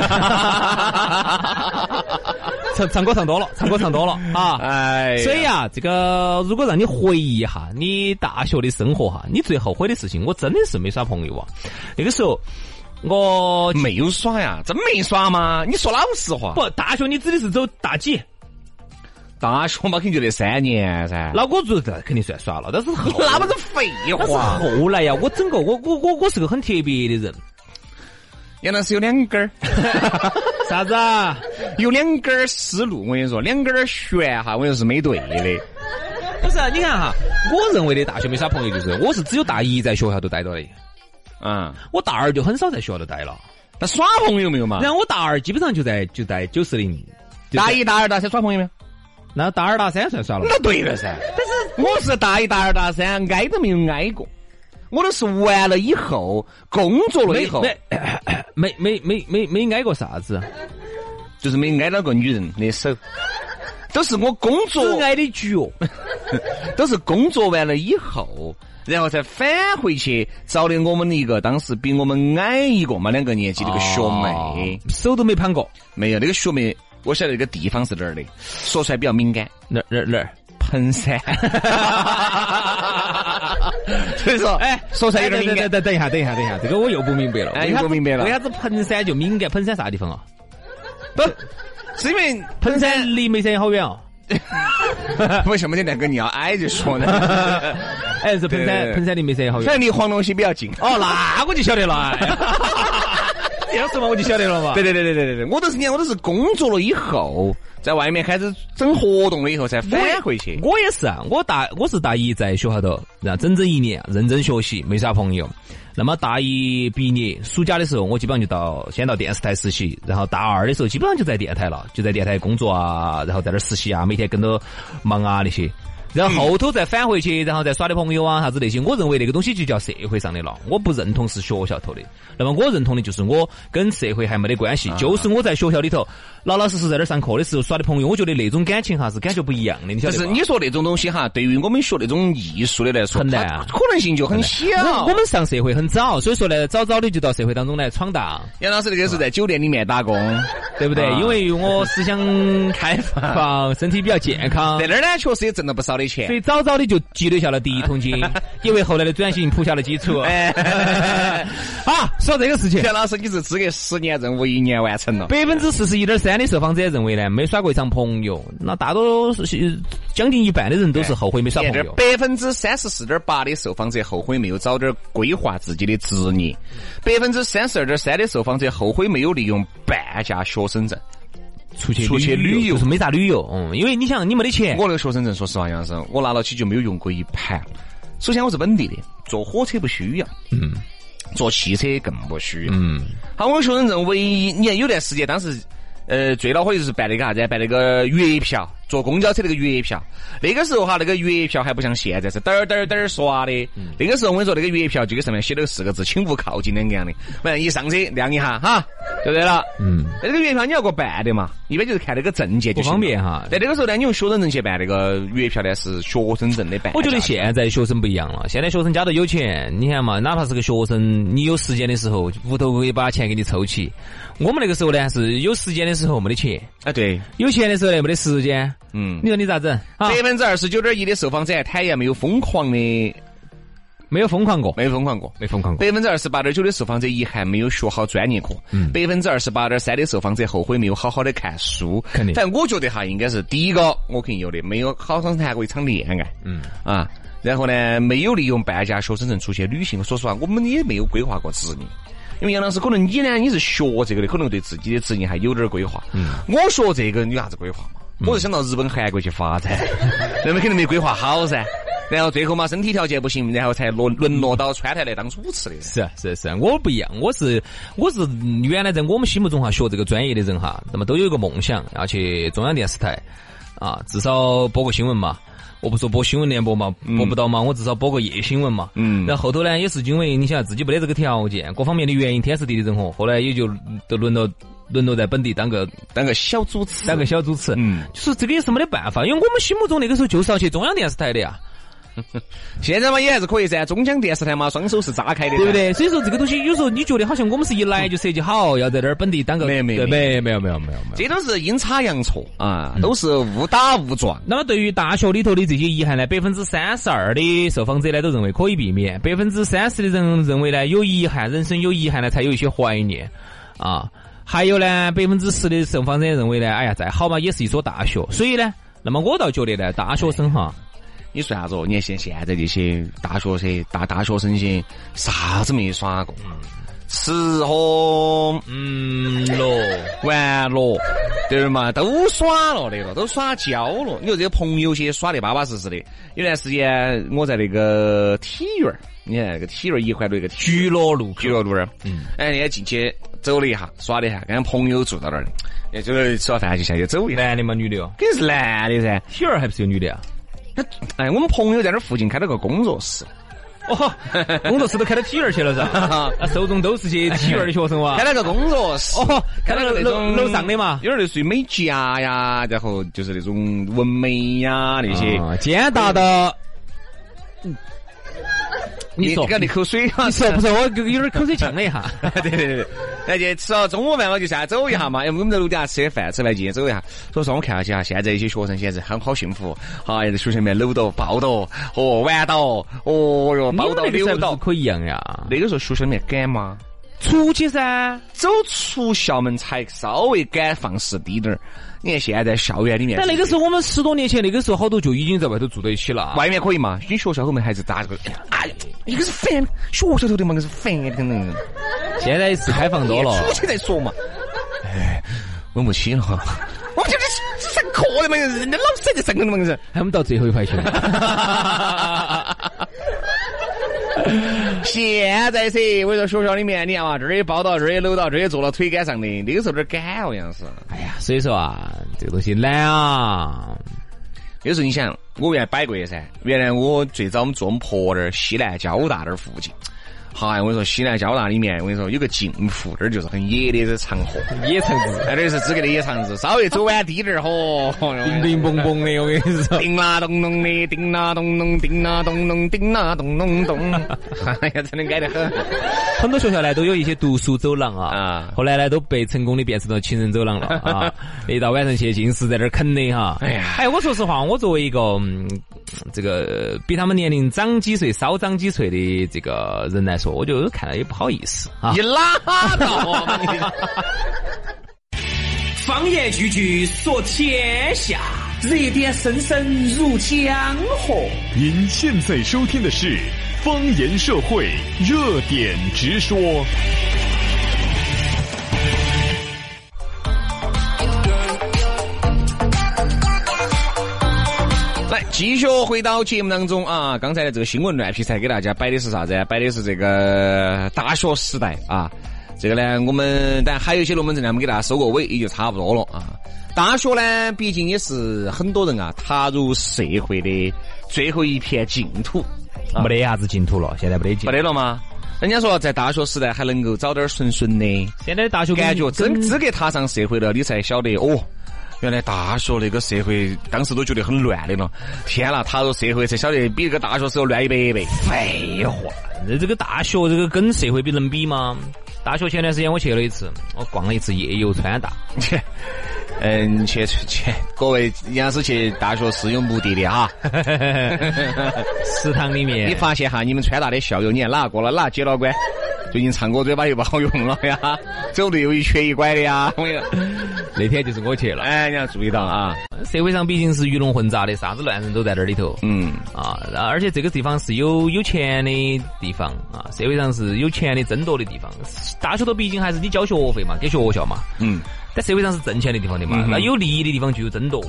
Speaker 5: 唱唱歌唱多了，唱歌唱多了啊。
Speaker 2: 哎呀，
Speaker 5: 所以啊，这个如果让你回忆一下你大学的生活哈，你最后悔的事情，我真的是没耍朋友啊。那个时候我
Speaker 2: 没有耍呀，真没耍吗？你说老实话，
Speaker 5: 不大学，你指的是走大几？
Speaker 2: 大学嘛，肯定就那三年噻。
Speaker 5: 那我做这肯定算耍了，但是后
Speaker 2: 那么多废
Speaker 5: 但是
Speaker 2: 话，
Speaker 5: 后来啊呀，我整个我我我我是个很特别的人，
Speaker 2: 原来是有两根儿，
Speaker 5: 啥子啊？
Speaker 2: 有两根儿思路。我跟你说，两根儿悬哈，我跟你说是没对 的。
Speaker 5: 不是啊、你看哈，我认为的大学没耍朋友，就是我是只有大一在学校头待到的，
Speaker 2: 嗯，
Speaker 5: 我大二就很少在学校头待了，
Speaker 2: 那耍朋友没有嘛？
Speaker 5: 然后我大二基本上就在就在九四零，就在
Speaker 2: 大，一、大二、大三耍朋友没有？
Speaker 5: 然后大二大三算耍了。
Speaker 2: 那对了噻。但是我是大一、大二、大三挨都没有挨过，我都是完了以后，工作了以后，
Speaker 5: 没 没没没没没挨过啥子，
Speaker 2: 就是没挨到过女人的手，都是我工作啊
Speaker 5: 只挨的脚，
Speaker 2: 都是工作完了以后，然后才返回去找的我们的一个当时比我们矮一个嘛两个年级的一个学妹，
Speaker 5: 哦手都没攀过，
Speaker 2: 没有那个学妹，我晓得那个地方是哪儿的，说出来比较敏感，
Speaker 5: 哪儿哪儿哪儿？
Speaker 2: 彭山。 所以说，哎，说出来有点敏感
Speaker 5: 等。等等一下，等一下，等一下，这个我又不明白了。
Speaker 2: 哎
Speaker 5: 为啥
Speaker 2: 又不明白了
Speaker 5: 为啥子彭山就敏感？彭山啥地方啊？
Speaker 2: 不，是因为
Speaker 5: 彭山离眉山好远哦。
Speaker 2: 为什么这两个你要挨着说 呢？
Speaker 5: 哎，是彭
Speaker 2: 对对
Speaker 5: 山，
Speaker 2: 对
Speaker 5: 彭山离眉山好
Speaker 2: 反
Speaker 5: 远。
Speaker 2: 正离黄龙溪比较近。
Speaker 5: 哎哦，那我就晓得了。哎呀 你要说嘛，我就晓得了嘛。
Speaker 2: 对对对对对对对，我都是你看，我都是工作了以后，在外面开始整活动了以后才返
Speaker 5: 哎
Speaker 2: 回去。
Speaker 5: 我也是啊，我大我是大一在学校头，然后整整一年认真学习，没啥朋友。那么大一毕业暑假的时候，我基本上就到先到电视台实习，然后大二的时候基本上就在电台了，就在电台工作啊，然后在那儿实习啊，每天跟着忙啊那些。然后后头再返回去，然后再耍的朋友啊啥子那些，我认为那个东西就叫社会上的了，我不认同是学校头的。那么我认同的就是我跟社会还没得关系，就是我在学校里头老老实实在那儿上课的时候耍的朋友，我觉得那种感情哈是感觉不一样的，你晓
Speaker 2: 但
Speaker 5: 得吧
Speaker 2: 是你说那种东西哈，对于我们学那种艺术的来说，
Speaker 5: 很难
Speaker 2: 它
Speaker 5: 啊
Speaker 2: 可能性就很小。
Speaker 5: 我我们上社会很早，所以说呢，早早的就到社会当中来闯荡，
Speaker 2: 杨老师那个是在酒店里面打工，
Speaker 5: 对不对？
Speaker 2: 啊
Speaker 5: 因为我思想开 放，身体比较健康
Speaker 2: 在，那儿呢确实也挣了不少的钱
Speaker 5: 所。以早早的就积累下了第一桶金，也为后来的转型铺下了基 础。
Speaker 2: 哎
Speaker 5: 啊，说这个事情。
Speaker 2: 杨老师，你是资格十年任务一年完成了。
Speaker 5: 百分之四十一点三的受访者认为呢，没耍过一场朋友，那大多数是将近一半的人都是后悔没耍
Speaker 2: 现
Speaker 5: 朋
Speaker 2: 在
Speaker 5: 友。
Speaker 2: 百分之三十四点八的受访者后悔没有早点规划自己的职业，百分之三十二点三的受访者后悔没有利用半价学生证。
Speaker 5: 出去
Speaker 2: 出去旅游
Speaker 5: 就是没啥旅游，嗯，因为你想你没得钱，
Speaker 2: 我那个学生证，说实话，杨老师，我拿到起就没有用过一盘。首先我是本地的，坐火车不需要，嗯，坐汽车更不需要，嗯。好，我学生证唯一，你看有段时间当时。呃，最恼火就是办那个啥子，办那个月票，坐公交车那个月票。那个时候哈，那个月票还不像现在是嘚儿嘚儿嘚儿刷的。
Speaker 5: 嗯
Speaker 2: 那个时候我跟你说，那个月票就跟上面写了四个字“请勿靠近”两个样的，反正一上车亮一下哈，对不对了？嗯。那个月票你要过办的嘛，一般就是看那个证件就
Speaker 5: 不
Speaker 2: 行
Speaker 5: 方
Speaker 2: 了
Speaker 5: 便哈
Speaker 2: 但那个时候呢，你用学生证去办那个月票呢，是学生证的办。
Speaker 5: 我觉得现在学生不一样了，现在学生家头有钱，你看嘛，哪怕是个学生，你有时间的时候，屋头可以把钱给你抽起。我们那个时候呢，是有时间的时候没得钱，
Speaker 2: 啊，对，
Speaker 5: 有钱的时候呢没得时间。
Speaker 2: 嗯
Speaker 5: 你，说你咋整啊
Speaker 2: 百？分之二十九点一的受访者还坦言没有疯狂的，
Speaker 5: 没有疯狂过，
Speaker 2: 没有疯狂过。
Speaker 5: 没疯狂过。
Speaker 2: 百分之二十八点九的受访者遗憾没有学好专业课，
Speaker 5: 嗯
Speaker 2: 百分之二十八点三的受访者后悔没有好好的看书。
Speaker 5: 肯定
Speaker 2: 反正我觉得哈，应该是第一个，我肯定有的，没有好好谈过一场恋爱。嗯啊，然后呢，没有利用半价学生证出去旅行。说实话，我们也没有规划过职业。因为杨老师，可能你呢，你是学这个的，可能对自己的职业还有点儿规划。嗯，我学这个，你有啥子规划嘛？
Speaker 5: 嗯
Speaker 2: 我是想到日本、韩国去发展， 那么肯定没规划好噻。然后最后嘛，身体条件不行，然后才沦沦落到川台来当主持的人。
Speaker 5: 是啊是啊是啊，我不一样，我是我是嗯原来在我们心目中哈学这个专业的人哈，那么都有一个梦想，要去中央电视台啊，至少播个新闻嘛。我不说播新闻联播嘛，播不到嘛，我至少播个夜新闻嘛。
Speaker 2: 嗯
Speaker 5: 然后后头呢，也是因为你想自己没得这个条件，各方面的原因，天时地利人和，后来也就都沦落沦落在本地当个
Speaker 2: 当个小主持，
Speaker 5: 当个小主持。
Speaker 2: 嗯，
Speaker 5: 就是这个也是没得办法，因为我们心目中那个时候就是要去中央电视台的呀。
Speaker 2: 现在嘛也还是可以噻。中江电视台嘛，双手是张开的，
Speaker 5: 对不？对？所以说这个东西有时候你觉得好像我们是一来就设计好，要在这儿本地当个
Speaker 2: 没有没有
Speaker 5: 对没有没有没有没有没有。
Speaker 2: 这都是阴差阳错啊，
Speaker 5: 嗯
Speaker 2: 都是误打误撞。
Speaker 5: 那么对于大学里头的这些遗憾呢，百分之三十二的受访者呢都认为可以避免，百分之三十的人认为呢有遗憾，人生有遗憾呢才有一些怀念啊。还有呢，百分之十的受访者认为呢，哎呀，再好嘛也是一所大学。所以呢，那么我倒觉得呢，大学生哈，
Speaker 2: 你说啥子哦？你看现现在这些大学生、大大学生些，啥子没耍过？吃喝
Speaker 5: 嗯喽，
Speaker 2: 玩乐，对不嘛？都耍了那个，都耍焦了。你说这些朋友些耍得巴巴适适的。有段时间我在那个体育园儿，你看那个体育园儿一环路那个体育园儿
Speaker 5: 娱乐路
Speaker 2: 俱乐部那儿，嗯，哎，人家进去走了一下，耍了一下，跟朋友住到那儿的，哎，就是吃完饭就下去走一下，
Speaker 5: 男的嘛，女的哦，
Speaker 2: 肯定是男的噻。
Speaker 5: 体儿还不是有女的啊？
Speaker 2: 哎，我们朋友在那儿附近开了个工作室，
Speaker 5: 哦， 工作室都开到体院去了 是吧？那受啊众都是些体院的学 生哇
Speaker 2: 开。了个工作室，
Speaker 5: 哦
Speaker 2: 开了个那种
Speaker 5: 楼楼上的嘛
Speaker 2: 有点类似于美甲呀，然后就是那种纹眉呀那些。
Speaker 5: 啊简达的，你说
Speaker 2: 你看你口水啊，
Speaker 5: 你说不是我有点口水呛了一 下。
Speaker 2: 对对对，那就吃了中午饭，我就下来走一下
Speaker 5: 嗯
Speaker 2: 嘛。因为我们在楼底下吃的饭，吃完进去走一下。所以说我看下去啊，现在一些学生现在很好幸福，啊，在学校里面搂到、抱到，哦，玩到，哦哟，抱到、扭
Speaker 5: 你们那个时候
Speaker 2: 到
Speaker 5: 是。可以一样呀。
Speaker 2: 那个时候学校里面敢吗？
Speaker 5: 出去噻，
Speaker 2: 走出校门才稍微敢放肆低点儿。你看现在校园里面，
Speaker 5: 但那个时候我们十多年前，那个时候好多就已经在外头住在一起了。
Speaker 2: 外面可以嘛？你学校后面还是打这个，哎呀，一个是烦，学校头的嘛，一个是烦的，可能
Speaker 5: 现在是开放多了，
Speaker 2: 出去再说嘛。哎，稳不起了哈。我们就是只上课的嘛，人家老师在上课的嘛，是。
Speaker 5: 还没到最后一块 去。
Speaker 2: 现在噻，我跟你说学校里面，你看嘛，这儿也抱到，这儿也搂到，这儿也坐到腿杆上的，那个时候有点赶好像是。
Speaker 5: 哎呀，所以说啊，这个东西难啊。
Speaker 2: 有时候你想，我原来摆过的噻，原来我最早我们住我们婆那儿西南交大那儿附近。嗨，我跟你说，西南交大里面，我跟你说有个镜湖，那儿就是很野的这长河，哎
Speaker 5: 野城子，
Speaker 2: 那儿是资格的野肠子，稍微走晚低点儿，嚯，
Speaker 5: 叮叮嘣嘣的，我跟你说。
Speaker 2: 叮啦咚咚的，叮啦咚咚，叮啦咚咚，叮啦咚咚咚， 哎呀，真的挨得很。
Speaker 5: 很多学校呢都有一些读书走廊啊，
Speaker 2: 啊
Speaker 5: 后来呢都被成功的变成了情人走廊了 啊。一到晚上去，尽是在那儿啃的哈。
Speaker 2: 哎呀
Speaker 5: 哎，我说实话，我作为一个、嗯、这个比他们年龄长几岁、稍长几岁的这个人来说，我就看了也不好意思啊
Speaker 2: 你。拉倒吧你！
Speaker 3: 方言句句说天下，热点深深入江河。
Speaker 6: 您现在收听的是方言社会热点直说。
Speaker 2: 来，继续回到节目当中啊！刚才的这个新闻乱劈柴给大家摆的是啥子啊？摆的是这个大学时代啊。这个呢，我们但还有一些龙门阵呢，我们给大家收个尾，也就差不多了啊。大学呢，毕竟也是很多人啊踏入社会的最后一片净土，
Speaker 5: 没得啥子净土了，现在啊没得净
Speaker 2: 没。得了吗？人家说在大学时代还能够找点儿顺顺的，
Speaker 5: 现在大学跟
Speaker 2: 感觉真
Speaker 5: 跟
Speaker 2: 资格踏上社会了，你才晓得哦。原来大学那个社会，当时都觉得很乱的了。天啦，踏入社会才晓得比那个大学时候乱一百倍。 废话，
Speaker 5: 这这个大学这个跟社会比能比吗？大学前段时间我去了一次，我逛了一次夜游川大。
Speaker 2: 切嗯，去去去，各位杨老师去大学是有目的的哈。
Speaker 5: 食堂里面，
Speaker 2: 你发现哈，你们川大的校友，你看哪个过了，哪个解了关？最近唱歌嘴巴又不好用了呀，走路又一瘸一拐的呀。我跟你说，
Speaker 5: 那天就是我去了。
Speaker 2: 哎，你要注意到啊，
Speaker 5: 社会上毕竟是鱼龙混杂的，啥子乱人都在这里头。
Speaker 2: 嗯。
Speaker 5: 啊，然后而且这个地方是有有钱的地方啊，社会上是有钱的争夺的地方。大学都毕竟还是你交学费嘛，给学校嘛。
Speaker 2: 嗯，
Speaker 5: 在社会上是挣钱的地方的嘛，那有利益的地方就有争夺，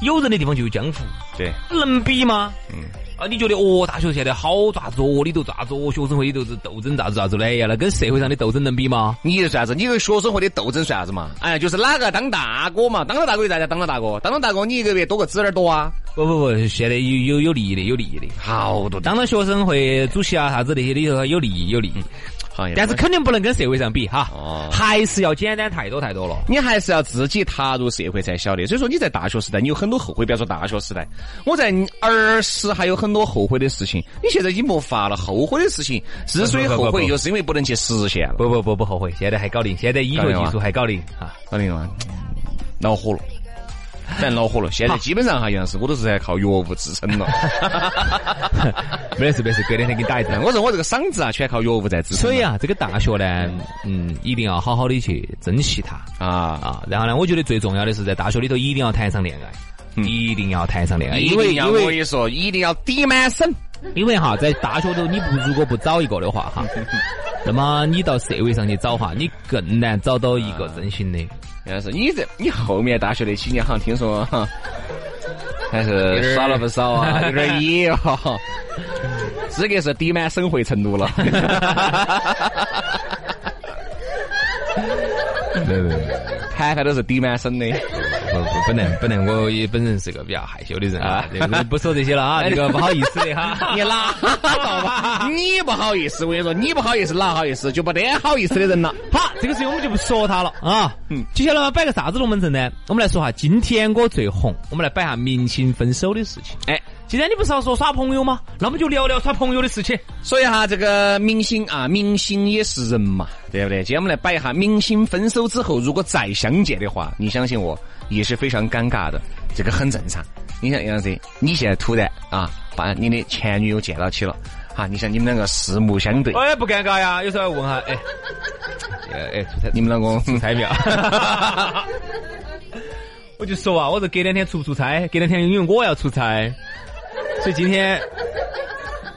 Speaker 5: 有人的地方就有江湖，
Speaker 2: 对，
Speaker 5: 能比吗？嗯。啊，你觉得哦，大学现在好咋子哦，里头咋子哦，学生会里头是斗争咋子咋子的，哎呀，那跟社会上的斗争能比吗？
Speaker 2: 你又算啥子？你个学生会的斗争算啥子嘛？哎，就是哪个当大哥嘛？当了大哥就大家当了大哥，当了大哥你一个月多个指哪儿多啊？
Speaker 5: 不不不，现在有有有利益的，有利益的。
Speaker 2: 好多
Speaker 5: 当了学生会主席啊，啥子那些里头有利益，有利益。
Speaker 2: 好
Speaker 5: 但是肯定不能跟社会上比哈，
Speaker 2: 哦
Speaker 5: 还是要简单太多太多了。
Speaker 2: 你还是要自己踏入社会才晓得。所以说你在大学时代，你有很多后悔，不要说大学时代，我在儿时还有很多后悔的事情。你现在已经没法了，后悔的事情之所以后
Speaker 5: 不不不
Speaker 2: 悔，
Speaker 5: 不
Speaker 2: 就是因为不能去实现了。
Speaker 5: 不不不不后悔，现在还搞定，现在医学技术还搞定啊。
Speaker 2: 搞定了吗，恼火了。反正恼火了，现在基本上哈，杨老师，我都是在靠药物支撑 了。
Speaker 5: 没得事没得事，隔两天给你打一针。
Speaker 2: 我说我这个嗓子啊，全靠药物在支撑。
Speaker 5: 所以啊，这个大学呢，嗯，一定要好好的去珍惜它
Speaker 2: 啊，
Speaker 5: 啊。然后呢，我觉得最重要的是在大学里头一定要谈一场恋爱。一定要谈嗯一场恋爱，因
Speaker 2: 因
Speaker 5: 为
Speaker 2: 为
Speaker 5: 因
Speaker 2: 啊要我
Speaker 5: 为
Speaker 2: 跟你说，一定要抵满身。
Speaker 5: 因为哈，在大学头你不如果不找一个的话 哈，那么你到社会上去找哈，你更难找到一个真心的。
Speaker 2: 但是你这你后面大学那几年好像听说，哈还是耍了不少啊，有点野哦。资格是抵满省 回成都了。
Speaker 5: 对对对，
Speaker 2: 谈判都是低满身的。
Speaker 5: 不不不能不能，我也本人是个比较害羞的人啊，这个不说这些了 啊，这个不好意思的啊哈。
Speaker 2: 你拉倒吧， 你不好意思，我跟你说，你不好意思，哪好意思，就没得好意思的人了。
Speaker 5: 好，这个事情我们就不说它了 啊。嗯，接下来摆个啥子龙门阵呢？我们来说哈，今天我最红，我们来摆下明星分手的事情。
Speaker 2: 哎，
Speaker 5: 既然你不是要说耍朋友吗？那我们就聊聊耍朋友的事情。
Speaker 2: 所以哈，这个明星啊，明星也是人嘛，对不对？今天我们来摆一下，明星分手之后如果再相见的话，你相信我也是非常尴尬的，这个很正常。你想杨子，你现在突然啊，把你的前女友见到起了，啊，你想你们两个四目相对，
Speaker 5: 哎，不尴尬呀，有时候要问下，哎，哎，出彩
Speaker 2: 你们两个
Speaker 5: 出差没有？ 我就说啊，我说隔两天出不出差？隔两天因为我要出差，所以今天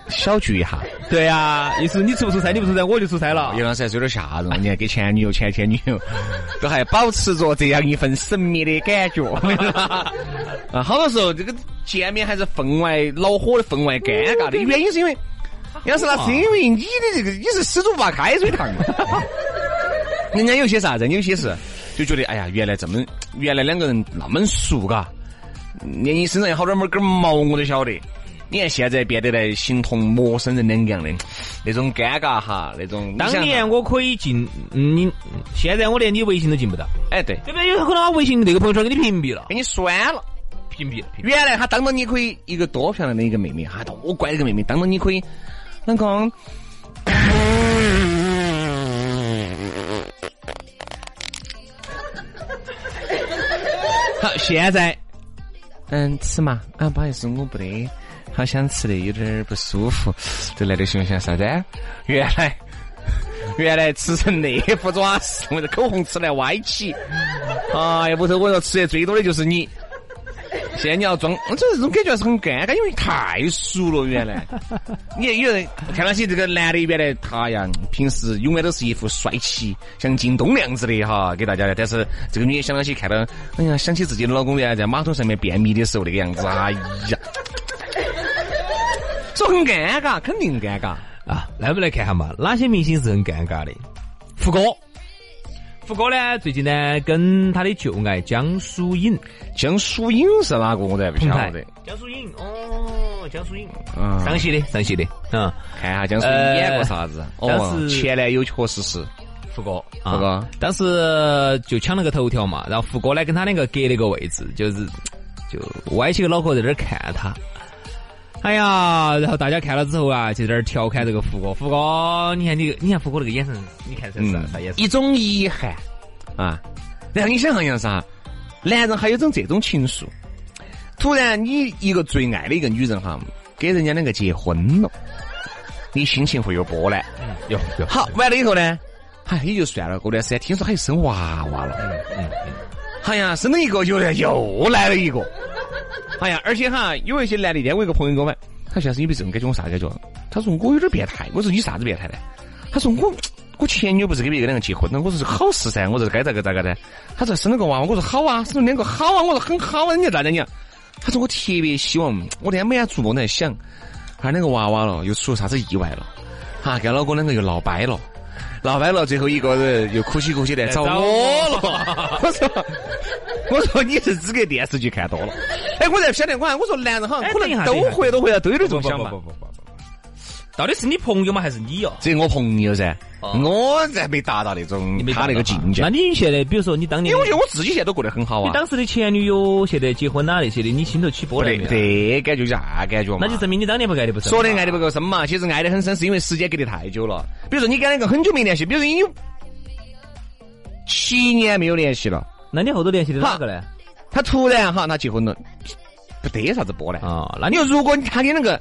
Speaker 2: 小聚一下。
Speaker 5: 对呀、意思是你出不出差，你不出差我就出差了
Speaker 2: 啊。杨老师还是有点吓人了，你看给前女友、前前女友都还保持着这样一份神秘的感觉。 啊，好多时候这个见面还是分外恼火的、分外尴尬的，原因是因为，
Speaker 5: 啊
Speaker 2: 杨老师那是因为你的这个你是死猪不怕开水 烫嘛。人家有些啥子，有些是就觉得哎呀，原来这么原来两个人那么熟嘎，连你身上有好多根儿根毛我都晓得。你看现在变得来形同陌生人两个样的，那种尴尬哈，那种你想
Speaker 5: 当
Speaker 2: 哈
Speaker 5: 年我可以进嗯你，现在我连你微信都进不到，
Speaker 2: 哎对，
Speaker 5: 对不对？有可能我微信那个朋友圈给你屏蔽了，
Speaker 2: 给你酸了。
Speaker 5: 屏蔽了。屏蔽了
Speaker 2: 原来他当着你可以一个多漂亮的一个妹妹哈，多乖的一个妹妹，当着你可以，老公，好，现在，嗯，吃嘛，啊，不好意思，我不得，好想吃的，有点儿不舒服，这来的熊想啥子？啊原来。 原来吃成那副爪子，我这口红吃来歪起，哎呀，屋头我说吃的最多的就是你。现在你要装，我这这种感觉还是很尴尬，因为太熟了。原来，你看有人看到起这个男的，原来他呀，平时永远都是一副帅气，像靳东那样子的哈，给大家的。但是这个女的想到起看到，哎呀，想起自己的老公原来在马桶上面便秘的时候那个样子，哎呀，说很尴尬，肯定尴尬。
Speaker 5: 啊，来我们来看一下嘛，哪些明星是很尴尬的？胡歌，胡歌呢，最近呢跟他的旧爱江疏影
Speaker 2: 江疏影是哪个？我都还不
Speaker 5: 同
Speaker 2: 晓
Speaker 5: 台
Speaker 2: 得。，
Speaker 5: 江疏影哦，江疏影
Speaker 2: 嗯，
Speaker 5: 上戏的，上戏的，嗯，
Speaker 2: 看一下江疏影演过啥子？哦
Speaker 5: 呃当，时
Speaker 2: 前男友确实是。
Speaker 5: 胡歌，
Speaker 2: 胡歌
Speaker 5: 啊当时就抢了个头条嘛，然后胡歌呢跟他两个隔了个位置，就是就歪起个脑壳在那儿看他。哎呀，然后大家看了之后啊，就在那儿调侃这个胡歌。胡歌，你看你个，你看胡歌那个眼神，你看这是啥啥眼神？
Speaker 2: 一种遗憾啊。然后你想象一下啥？男人还有种这种情愫，突然你一个最爱的一个女人哈，给人家两个结婚了，你心情会有波澜。
Speaker 5: 有有
Speaker 2: 好，完了以后呢，嗨，也就算了。过段时间听说还有生娃娃了，哎呀，生了一个又来又来了一个，哎呀，而且哈，有一些男的，今天我一个朋友给我买，他现在是有没有这种感觉？我啥感觉？他说我有点变态。我说你啥子变态呢？他说我我前女友不是跟别个两个结婚了？我说是好事噻，我说该咋个咋个的。他说生了个娃娃，我说好啊，生了两个好啊，我说很好啊，人家咋的你？他说我特别希望，我那天每天做梦都在想，他那个娃娃了又出啥子意外了，啊，跟老公两个又闹掰了。闹掰了，最后一个人又哭泣哭泣来找我了。我说，我说你是只给电视剧看多了。哎，我才不晓得，我还我说男人好像
Speaker 5: 哎
Speaker 2: 可
Speaker 5: 等一
Speaker 2: 能
Speaker 5: 下
Speaker 2: 都
Speaker 5: 等一下
Speaker 2: 会多会啊，都有点这种
Speaker 5: 不不
Speaker 2: 想
Speaker 5: 不
Speaker 2: 法
Speaker 5: 不。不不不，到底是你朋友吗？还是你哟？
Speaker 2: 这我朋友噻，
Speaker 5: 哦
Speaker 2: 我才没达到那种
Speaker 5: 你没
Speaker 2: 他那个
Speaker 5: 达到啊
Speaker 2: 境界
Speaker 5: 那。你现在，比如说你当年，
Speaker 2: 因为我觉得我自己现在都过得很好
Speaker 5: 你
Speaker 2: 啊。
Speaker 5: 当时的前女友现在结婚啦那些的，你心头起波
Speaker 2: 不
Speaker 5: 澜
Speaker 2: 得
Speaker 5: 没有？
Speaker 2: 这感觉就啥感觉嘛？
Speaker 5: 那就证明你当年不爱的不深嘛。
Speaker 2: 说的爱的不够深嘛，其实爱的很深，是因为时间隔得太久了。比如说你跟那个很久没联系，比如说你有七年没有联系了，
Speaker 5: 那你后头联系的哪个呢？
Speaker 2: 他突然哈他结婚了，不得啥子波澜。
Speaker 5: 啊，那
Speaker 2: 那你
Speaker 5: 你
Speaker 2: 说，如果他跟那个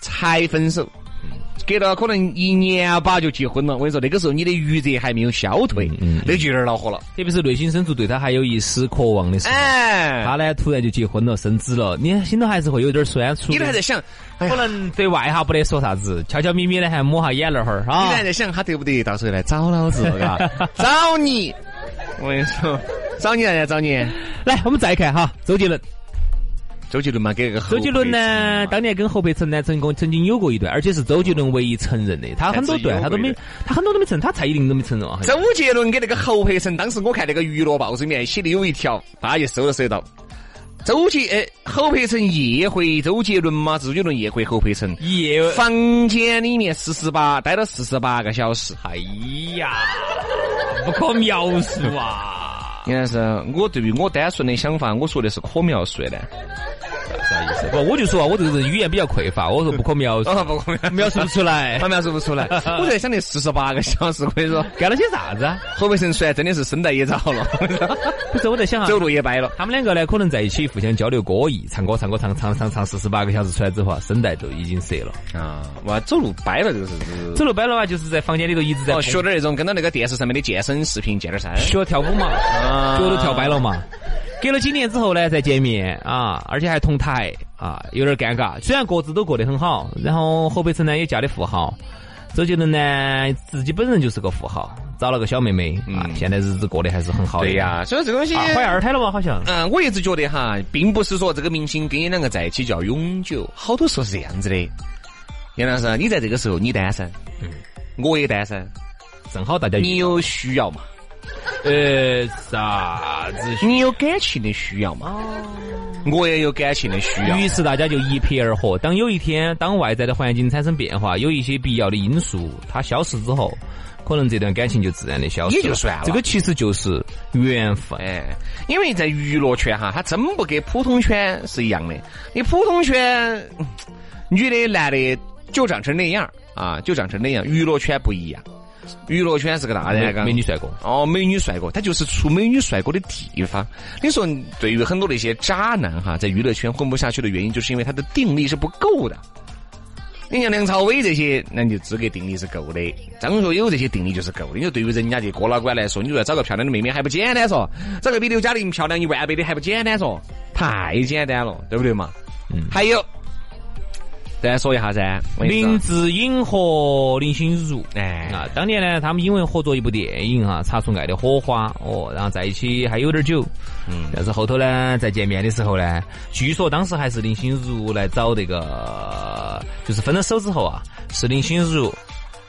Speaker 2: 才分手，
Speaker 5: 嗯
Speaker 2: 隔了可能一年吧就结婚了，我跟你说，那个时候你的余热还没有消退，
Speaker 5: 嗯嗯
Speaker 2: 那就有点恼火了。
Speaker 5: 特别是内心深处对他还有一丝渴望的时候。
Speaker 2: 哎，
Speaker 5: 他呢突然就结婚了，生子了，你心头还是会有点酸楚。
Speaker 2: 你都还在想，哎呀
Speaker 5: 可能对外哈不得说啥子，悄悄咪咪的还抹下眼泪儿哈。
Speaker 2: 你
Speaker 5: 啊
Speaker 2: 还在想他得不得到时候来找老子， 嘎？找你，我跟你说，找你来找你。
Speaker 5: 来，我们再看哈，周杰伦，
Speaker 2: 周杰伦嘛，给那个侯
Speaker 5: 周杰伦
Speaker 2: 佩岑
Speaker 5: 呢，
Speaker 2: 嘛
Speaker 5: 当年跟侯佩岑呢曾经曾经有过一段，而且是周杰伦唯一承认的，他很多段他都没，他很多都没承认，他蔡依林都没承认啊。
Speaker 2: 周杰伦给那个侯佩岑，当时我看那个娱乐报纸里面写的有一条，大家就搜了搜得到。周杰，呃，侯佩岑夜回周杰伦吗？周杰伦夜回侯佩岑，
Speaker 5: 耶，
Speaker 2: 房间里面四十八待了四十八个小时。
Speaker 5: 哎呀，不可描述啊！
Speaker 2: 应该是我对于我单纯的想法，我说的是可描述的。
Speaker 5: 啥意思？不，我就说啊我这个人语言比较匮乏，我说不可描述，
Speaker 2: 哦，不可描，
Speaker 5: 描述不出来
Speaker 2: 他。描述不出来。我在想那四十八个小时，我跟你说，
Speaker 5: 干了些啥子啊？
Speaker 2: 侯佩岑虽然真的是声带也着 了，
Speaker 5: 不是，我在想啊，
Speaker 2: 走路也掰了。
Speaker 5: 他们两个呢，可能在一起互相交流歌艺，唱歌唱歌唱唱唱唱四十八个小时出来之后啊，声带都已经折了。
Speaker 2: 啊，哇，走路掰了，这个是。
Speaker 5: 走路掰了嘛，就是在房间里头一直在
Speaker 2: 哦，学点那种跟到那个电视上面的健身视频健点噻。
Speaker 5: 学跳舞嘛，
Speaker 2: 啊
Speaker 5: 脚都跳掰了 嘛。隔了几年之后呢，再见面啊，而且还同台啊，有点尴尬。虽然各自都过得很好，然后侯佩岑呢也嫁的富豪，周杰伦呢自己本人就是个富豪，找了个小妹妹啊，
Speaker 2: 嗯
Speaker 5: 现在日子过得还是很好的。
Speaker 2: 对呀、所以这个东西，
Speaker 5: 啊，怀二胎了吧？好像。
Speaker 2: 嗯，我一直觉得哈，并不是说这个明星跟你两个在一起叫永久，好多时候是这样子的。杨老师，你在这个时候你单身，我也单身，
Speaker 5: 正好大家
Speaker 2: 你有需要嘛？
Speaker 5: 呃啥子需
Speaker 2: 你有感情的需要嘛？我也有感情的需要。
Speaker 5: 于是大家就一拍而合。当有一天，当外在的环境产生变化，有一些必要的因素它消失之后，可能这段感情就哎自然的消失
Speaker 2: 也就算了
Speaker 5: 这个其实就是缘分。
Speaker 2: 哎，因为在娱乐圈哈，它真不跟普通圈是一样的。你普通圈，嗯女的男的就长成那样啊，就长成那样。娱乐圈不一样，娱乐圈是个大染
Speaker 5: 美
Speaker 2: 缸。
Speaker 5: 美女帅哥，
Speaker 2: 哦，美女帅哥，他就是出美女帅哥的地方。你说，对于很多的一些渣男哈，在娱乐圈混不下去的原因，就是因为他的定力是不够的。你像梁朝伟这些，那你就资格定力是够的；张学友这些定力就是够的。你说对于人家这哥老倌来说，你说要找个漂亮的妹妹还不简单嗦？找个比刘嘉玲漂亮一万倍的还不简单嗦？太简单了，对不对嘛？
Speaker 5: 嗯
Speaker 2: 还有，再说一下噻，我跟你说
Speaker 5: 林志颖和林心如。
Speaker 2: 哎，
Speaker 5: 啊，当年呢，他们因为合作一部电影哈、擦出爱的火花》哦，然后在一起还有点久，嗯，但是后头呢，在见面的时候呢，据说当时还是林心如来找这个，就是分了手之后啊，是林心如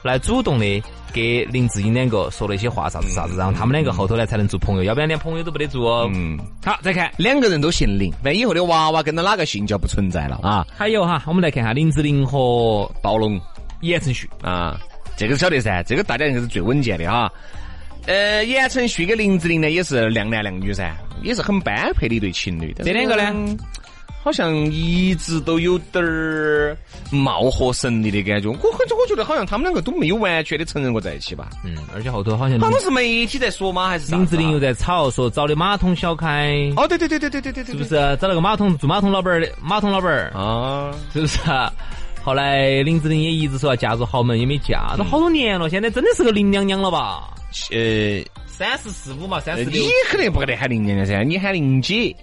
Speaker 5: 来主动的给林志颖两个说了一些话，啥子啥子，然后他们两个后头呢才能做朋友，要不然连朋友都不得做哦。
Speaker 2: 嗯，
Speaker 5: 好，再看，
Speaker 2: 两个人都姓林，那以后的娃娃跟到哪个姓就不存在了啊。
Speaker 5: 还有哈，我们来看下林志玲和
Speaker 2: 暴龙
Speaker 5: 言承旭，
Speaker 2: 啊，这个晓得噻，这个大家应该是最稳健的哈。呃，言承旭跟林志玲呢也是靓男靓女噻，也是很般配的一对情侣。但是
Speaker 5: 这两个呢
Speaker 2: 嗯？好像一直都有点儿貌合神离的感觉，我我我觉得好像他们两个都没有完全的承认过在一起吧。
Speaker 5: 嗯，而且后头好像
Speaker 2: 好
Speaker 5: 林
Speaker 2: 像是媒体在说吗？还是啥子啊
Speaker 5: 林志玲又在吵说找的马桶小开。
Speaker 2: 哦，对对对对对对对对，
Speaker 5: 是不是找了个马桶做马桶老板儿的马桶老板儿，
Speaker 2: 啊？
Speaker 5: 是不是啊？后来林志玲也一直说要嫁入豪门，也没嫁，都好多年了，现在真的是个林娘娘了吧？
Speaker 2: 呃，
Speaker 5: 三十四五嘛，三
Speaker 2: 呃
Speaker 5: 十
Speaker 2: 你
Speaker 5: 六。
Speaker 2: 肯定不得喊林娘娘噻，你喊林姐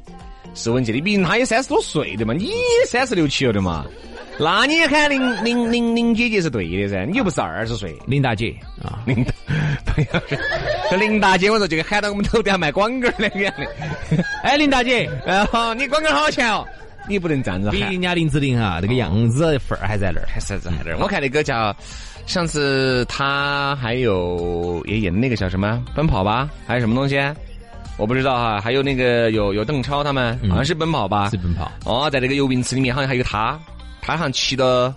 Speaker 2: 是稳健的，毕竟她也三十多岁的嘛，你三十六七了的嘛，那你喊林林林林姐姐是对的噻，你又不是二十岁。
Speaker 5: 林大姐啊，
Speaker 2: 林大，对呀，这林大姐，我说就跟喊到我们头顶卖广告儿那个样的。
Speaker 5: 哎，林大姐，
Speaker 2: 然后你广告儿好钱哦，你不能这样子
Speaker 5: 比
Speaker 2: 喊
Speaker 5: 人。家林志玲啊，那个样子份儿还在那儿。
Speaker 2: 还是在这儿。我看那个叫，上次他还有呃也演的那个叫什么《奔跑吧》，还有什么东西？我不知道哈。还有那个有有邓超他们，
Speaker 5: 嗯
Speaker 2: 好像是《奔跑吧
Speaker 5: 是》奔跑，
Speaker 2: 哦，在那个游泳池里面好像还有他，他好像骑到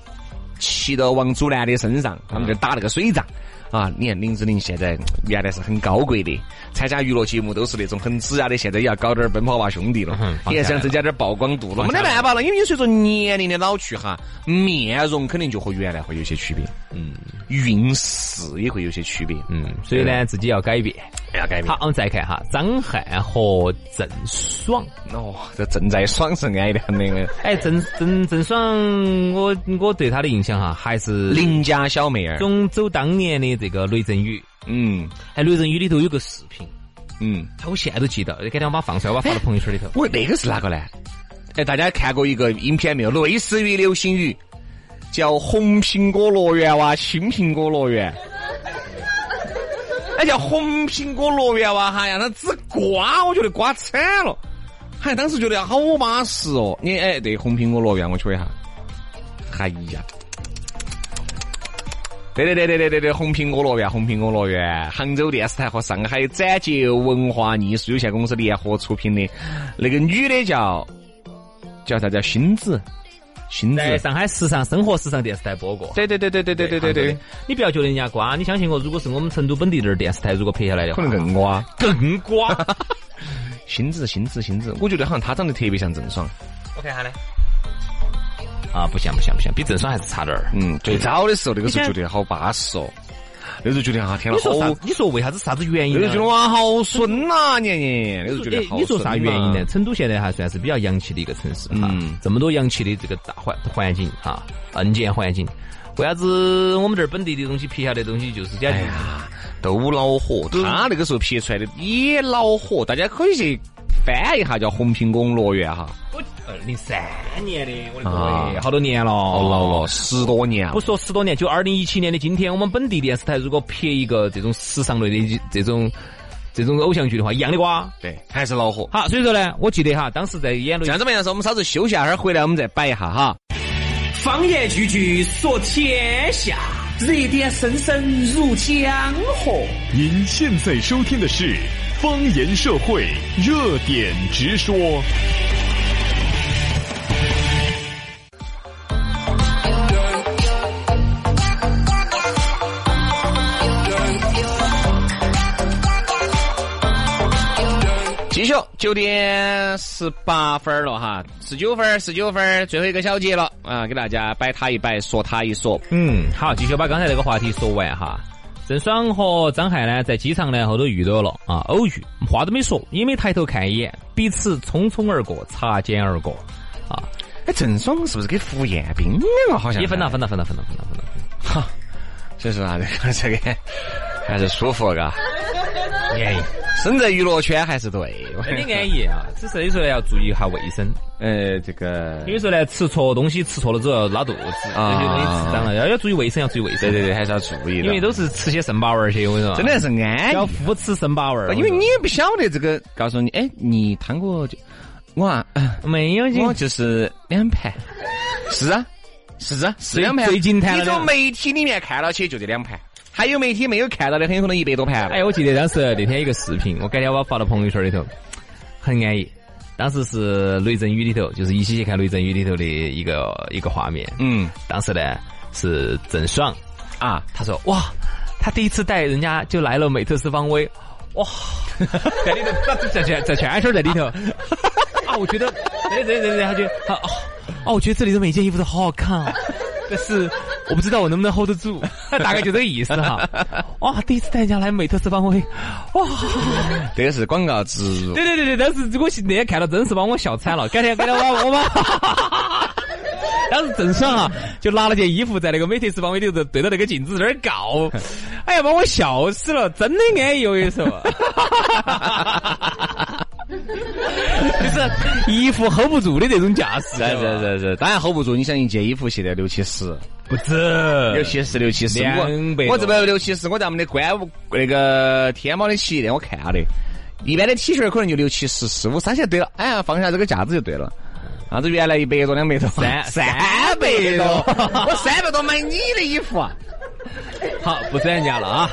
Speaker 2: 骑到王祖蓝的身上，他
Speaker 5: 嗯
Speaker 2: 们在打那个水仗。啊，你看林志玲现在嗯原来是很高贵的，参加娱乐节目都是那种很呲牙的，现在也要搞点儿奔跑吧兄弟了
Speaker 5: 嗯，放
Speaker 2: 也
Speaker 5: 下
Speaker 2: 想
Speaker 5: 来了
Speaker 2: 增加点儿曝光度了。没得办法了，因为随着年龄的老去哈，面容肯定就和原来会有些区别，
Speaker 5: 嗯
Speaker 2: 运势也会有些区别，
Speaker 5: 嗯，所以呢，自己要改变。
Speaker 2: 要改变
Speaker 5: 好。，我们再看哈，张翰和郑爽。
Speaker 2: 哦，这正在爽是安的很那 个
Speaker 5: 哎，郑郑郑爽，我我对她的印象哈，还是
Speaker 2: 邻家小妹儿，
Speaker 5: 总走当年的这个雷震宇。
Speaker 2: 嗯
Speaker 5: 哎，雷震宇里头有个视频，
Speaker 2: 嗯。
Speaker 5: 他我现在都记得，改天我把它放出来，我把它发到朋友圈里头。
Speaker 2: 我那个是哪个呢？哎，大家看过一个影片没有？类似于流星雨，叫《红苹果乐园》哇，《新苹果乐园》。哎哎，叫《红苹果乐园》哇，哈呀，那只瓜，我觉得瓜惨了。还哎，当时觉得好巴适哦。你哎，对，红苹果乐园我去一下。哎呀，对对对对对对对，红苹果乐园，红苹果乐园，杭州电视台和上海展捷文化艺术有限公司联合出品的，那个女的叫叫啥？叫星子，星子。
Speaker 5: 在上海时尚生活时尚电视台播过。啊
Speaker 2: 对对对对对对对对对，，
Speaker 5: 你不要觉得人家瓜，你相信我，如果是我们成都本地这儿电视台如果拍下来的话，
Speaker 2: 可能更瓜。
Speaker 5: 更瓜。
Speaker 2: 星子，星子，星子，我觉得好像她长得特别像郑爽。
Speaker 5: 我看下呢。啊，不像不像不像，比郑爽还是差点儿。
Speaker 2: 嗯，最早的时候那个时候觉得好巴适哦，那时候觉得啊，天
Speaker 5: 你
Speaker 2: 哪，好
Speaker 5: 说，啥？你说为啥子啥子原因
Speaker 2: 那时
Speaker 5: 呢
Speaker 2: 候觉？得哇，好顺啊呐，年年，那时候觉得
Speaker 5: 哎
Speaker 2: 好。啊
Speaker 5: 你说啥原因呢？？成都现在还算是比较洋气的一个城市哈
Speaker 2: 嗯，
Speaker 5: 这么多洋气的这个大环环境哈，硬件环境，为啥子我们这儿本地的东西撇下的东西就是讲
Speaker 2: 哎呀，都恼火，他那个时候撇出来的也恼火，大家可以去翻一下叫《红苹果乐园》哈，
Speaker 5: 我二零三年的，我的
Speaker 2: 啊
Speaker 5: 各位，好多年了，
Speaker 2: 好
Speaker 5: 好
Speaker 2: 老了，十多年了
Speaker 5: 哦不。说十多年，就二零一七年的今天，我们本地电视台如果拍一个这种时尚类的这种这种偶像剧的话，一样的瓜。
Speaker 2: 对，还是恼火。
Speaker 5: 好，所以说呢，我记得哈，当时在演了
Speaker 2: 这样子嘛，杨说我们稍子休息一下，会儿回来我们再摆一下哈。
Speaker 3: 方言句句说天下，热点声声入江河。
Speaker 6: 您现在收听的是方言社会热点直说。
Speaker 2: 继续，九点十八分了哈，十九分，十九分，最后一个小节了啊，给大家摆他一摆，说他一说。
Speaker 5: 嗯，好，继续把刚才那个话题说完哈。郑爽和张翰呢，在机场呢后头遇到了啊，偶遇，话都没说，也没抬头看一眼，彼此匆匆而过，擦肩而过。啊，
Speaker 2: 哎，郑爽是不是跟胡彦斌两个好像
Speaker 5: 也分了，分了，分了，分了，分了，分了。
Speaker 2: 所以说啊， 这个这个还是舒服啊 嘎，
Speaker 5: 安逸，
Speaker 2: 身在娱乐圈还是对。
Speaker 5: 肯定安逸啊，只是有时候呢要注意一下卫生。
Speaker 2: 呃，这 个
Speaker 5: 有时候呢，吃错东西，吃错了之后要拉肚子，
Speaker 2: 啊
Speaker 5: 有些东西吃脏了，要要注意卫生，要注意卫生。
Speaker 2: 对对对，，还是要注意的，
Speaker 5: 因为都是吃些生巴味儿些，我跟你说，啊哎
Speaker 2: 真的是安
Speaker 5: 要
Speaker 2: 逸。
Speaker 5: 扶持生巴味儿。啊
Speaker 2: 因为你也不晓得这个，告诉你，哎，你谈过就我啊，呃
Speaker 5: 没有
Speaker 2: 我
Speaker 5: 进，
Speaker 2: 就是两盘， 是啊，是啊，是两盘。
Speaker 5: 最近谈了
Speaker 2: 你
Speaker 5: 两
Speaker 2: 从媒体里面看到起就这两盘，还有媒体没有看到的，很有可能一百多盘了。
Speaker 5: 哎，我记得当时那天有个视频，我改天我把它发到朋友圈里头，很安逸。当时是雷震宇里头，就是一起去看雷震宇里头的一个一个画面。
Speaker 2: 嗯
Speaker 5: 当时呢是郑爽，
Speaker 2: 啊，
Speaker 5: 他说哇，他第一次带人家就来了美特斯邦威， 哇，在里头在在在全身在里头，啊，我觉得，等等等等，他觉得啊哦哦，我觉得这里的每件衣服都好好看啊，但是我不知道我能不能 hold 得住，大概就这个意思哈。哇，第一次带人家来美特斯邦威，哇，
Speaker 2: 这个是广告植入。
Speaker 5: 对对对对，当时我那天看到真是把我笑惨了，改 天改天我我把。 当时郑爽啊，就拿了件衣服在那个美特斯邦威里头对着那个镜子在那儿 告，哎呀，把我笑死了，真的安逸，哦我跟你说。 就是衣服 hold 不住的这种架势，
Speaker 2: 是是是是，当然 hold 不住。你想一件衣服现在六七十，
Speaker 5: 不止
Speaker 2: 六七十六七十，
Speaker 5: 呃两百
Speaker 2: 我
Speaker 5: 多
Speaker 2: 我这边六七十，我在我们的官网那个天猫的旗舰店我看了的，一般的 T 恤可能就六七十、四五三就对了。哎呀，放下这个架子就对了。啥子原来一百多、两百多，
Speaker 5: 三
Speaker 2: 三百多，我三百多买你的衣 服啊！
Speaker 5: 好，不整人家了啊。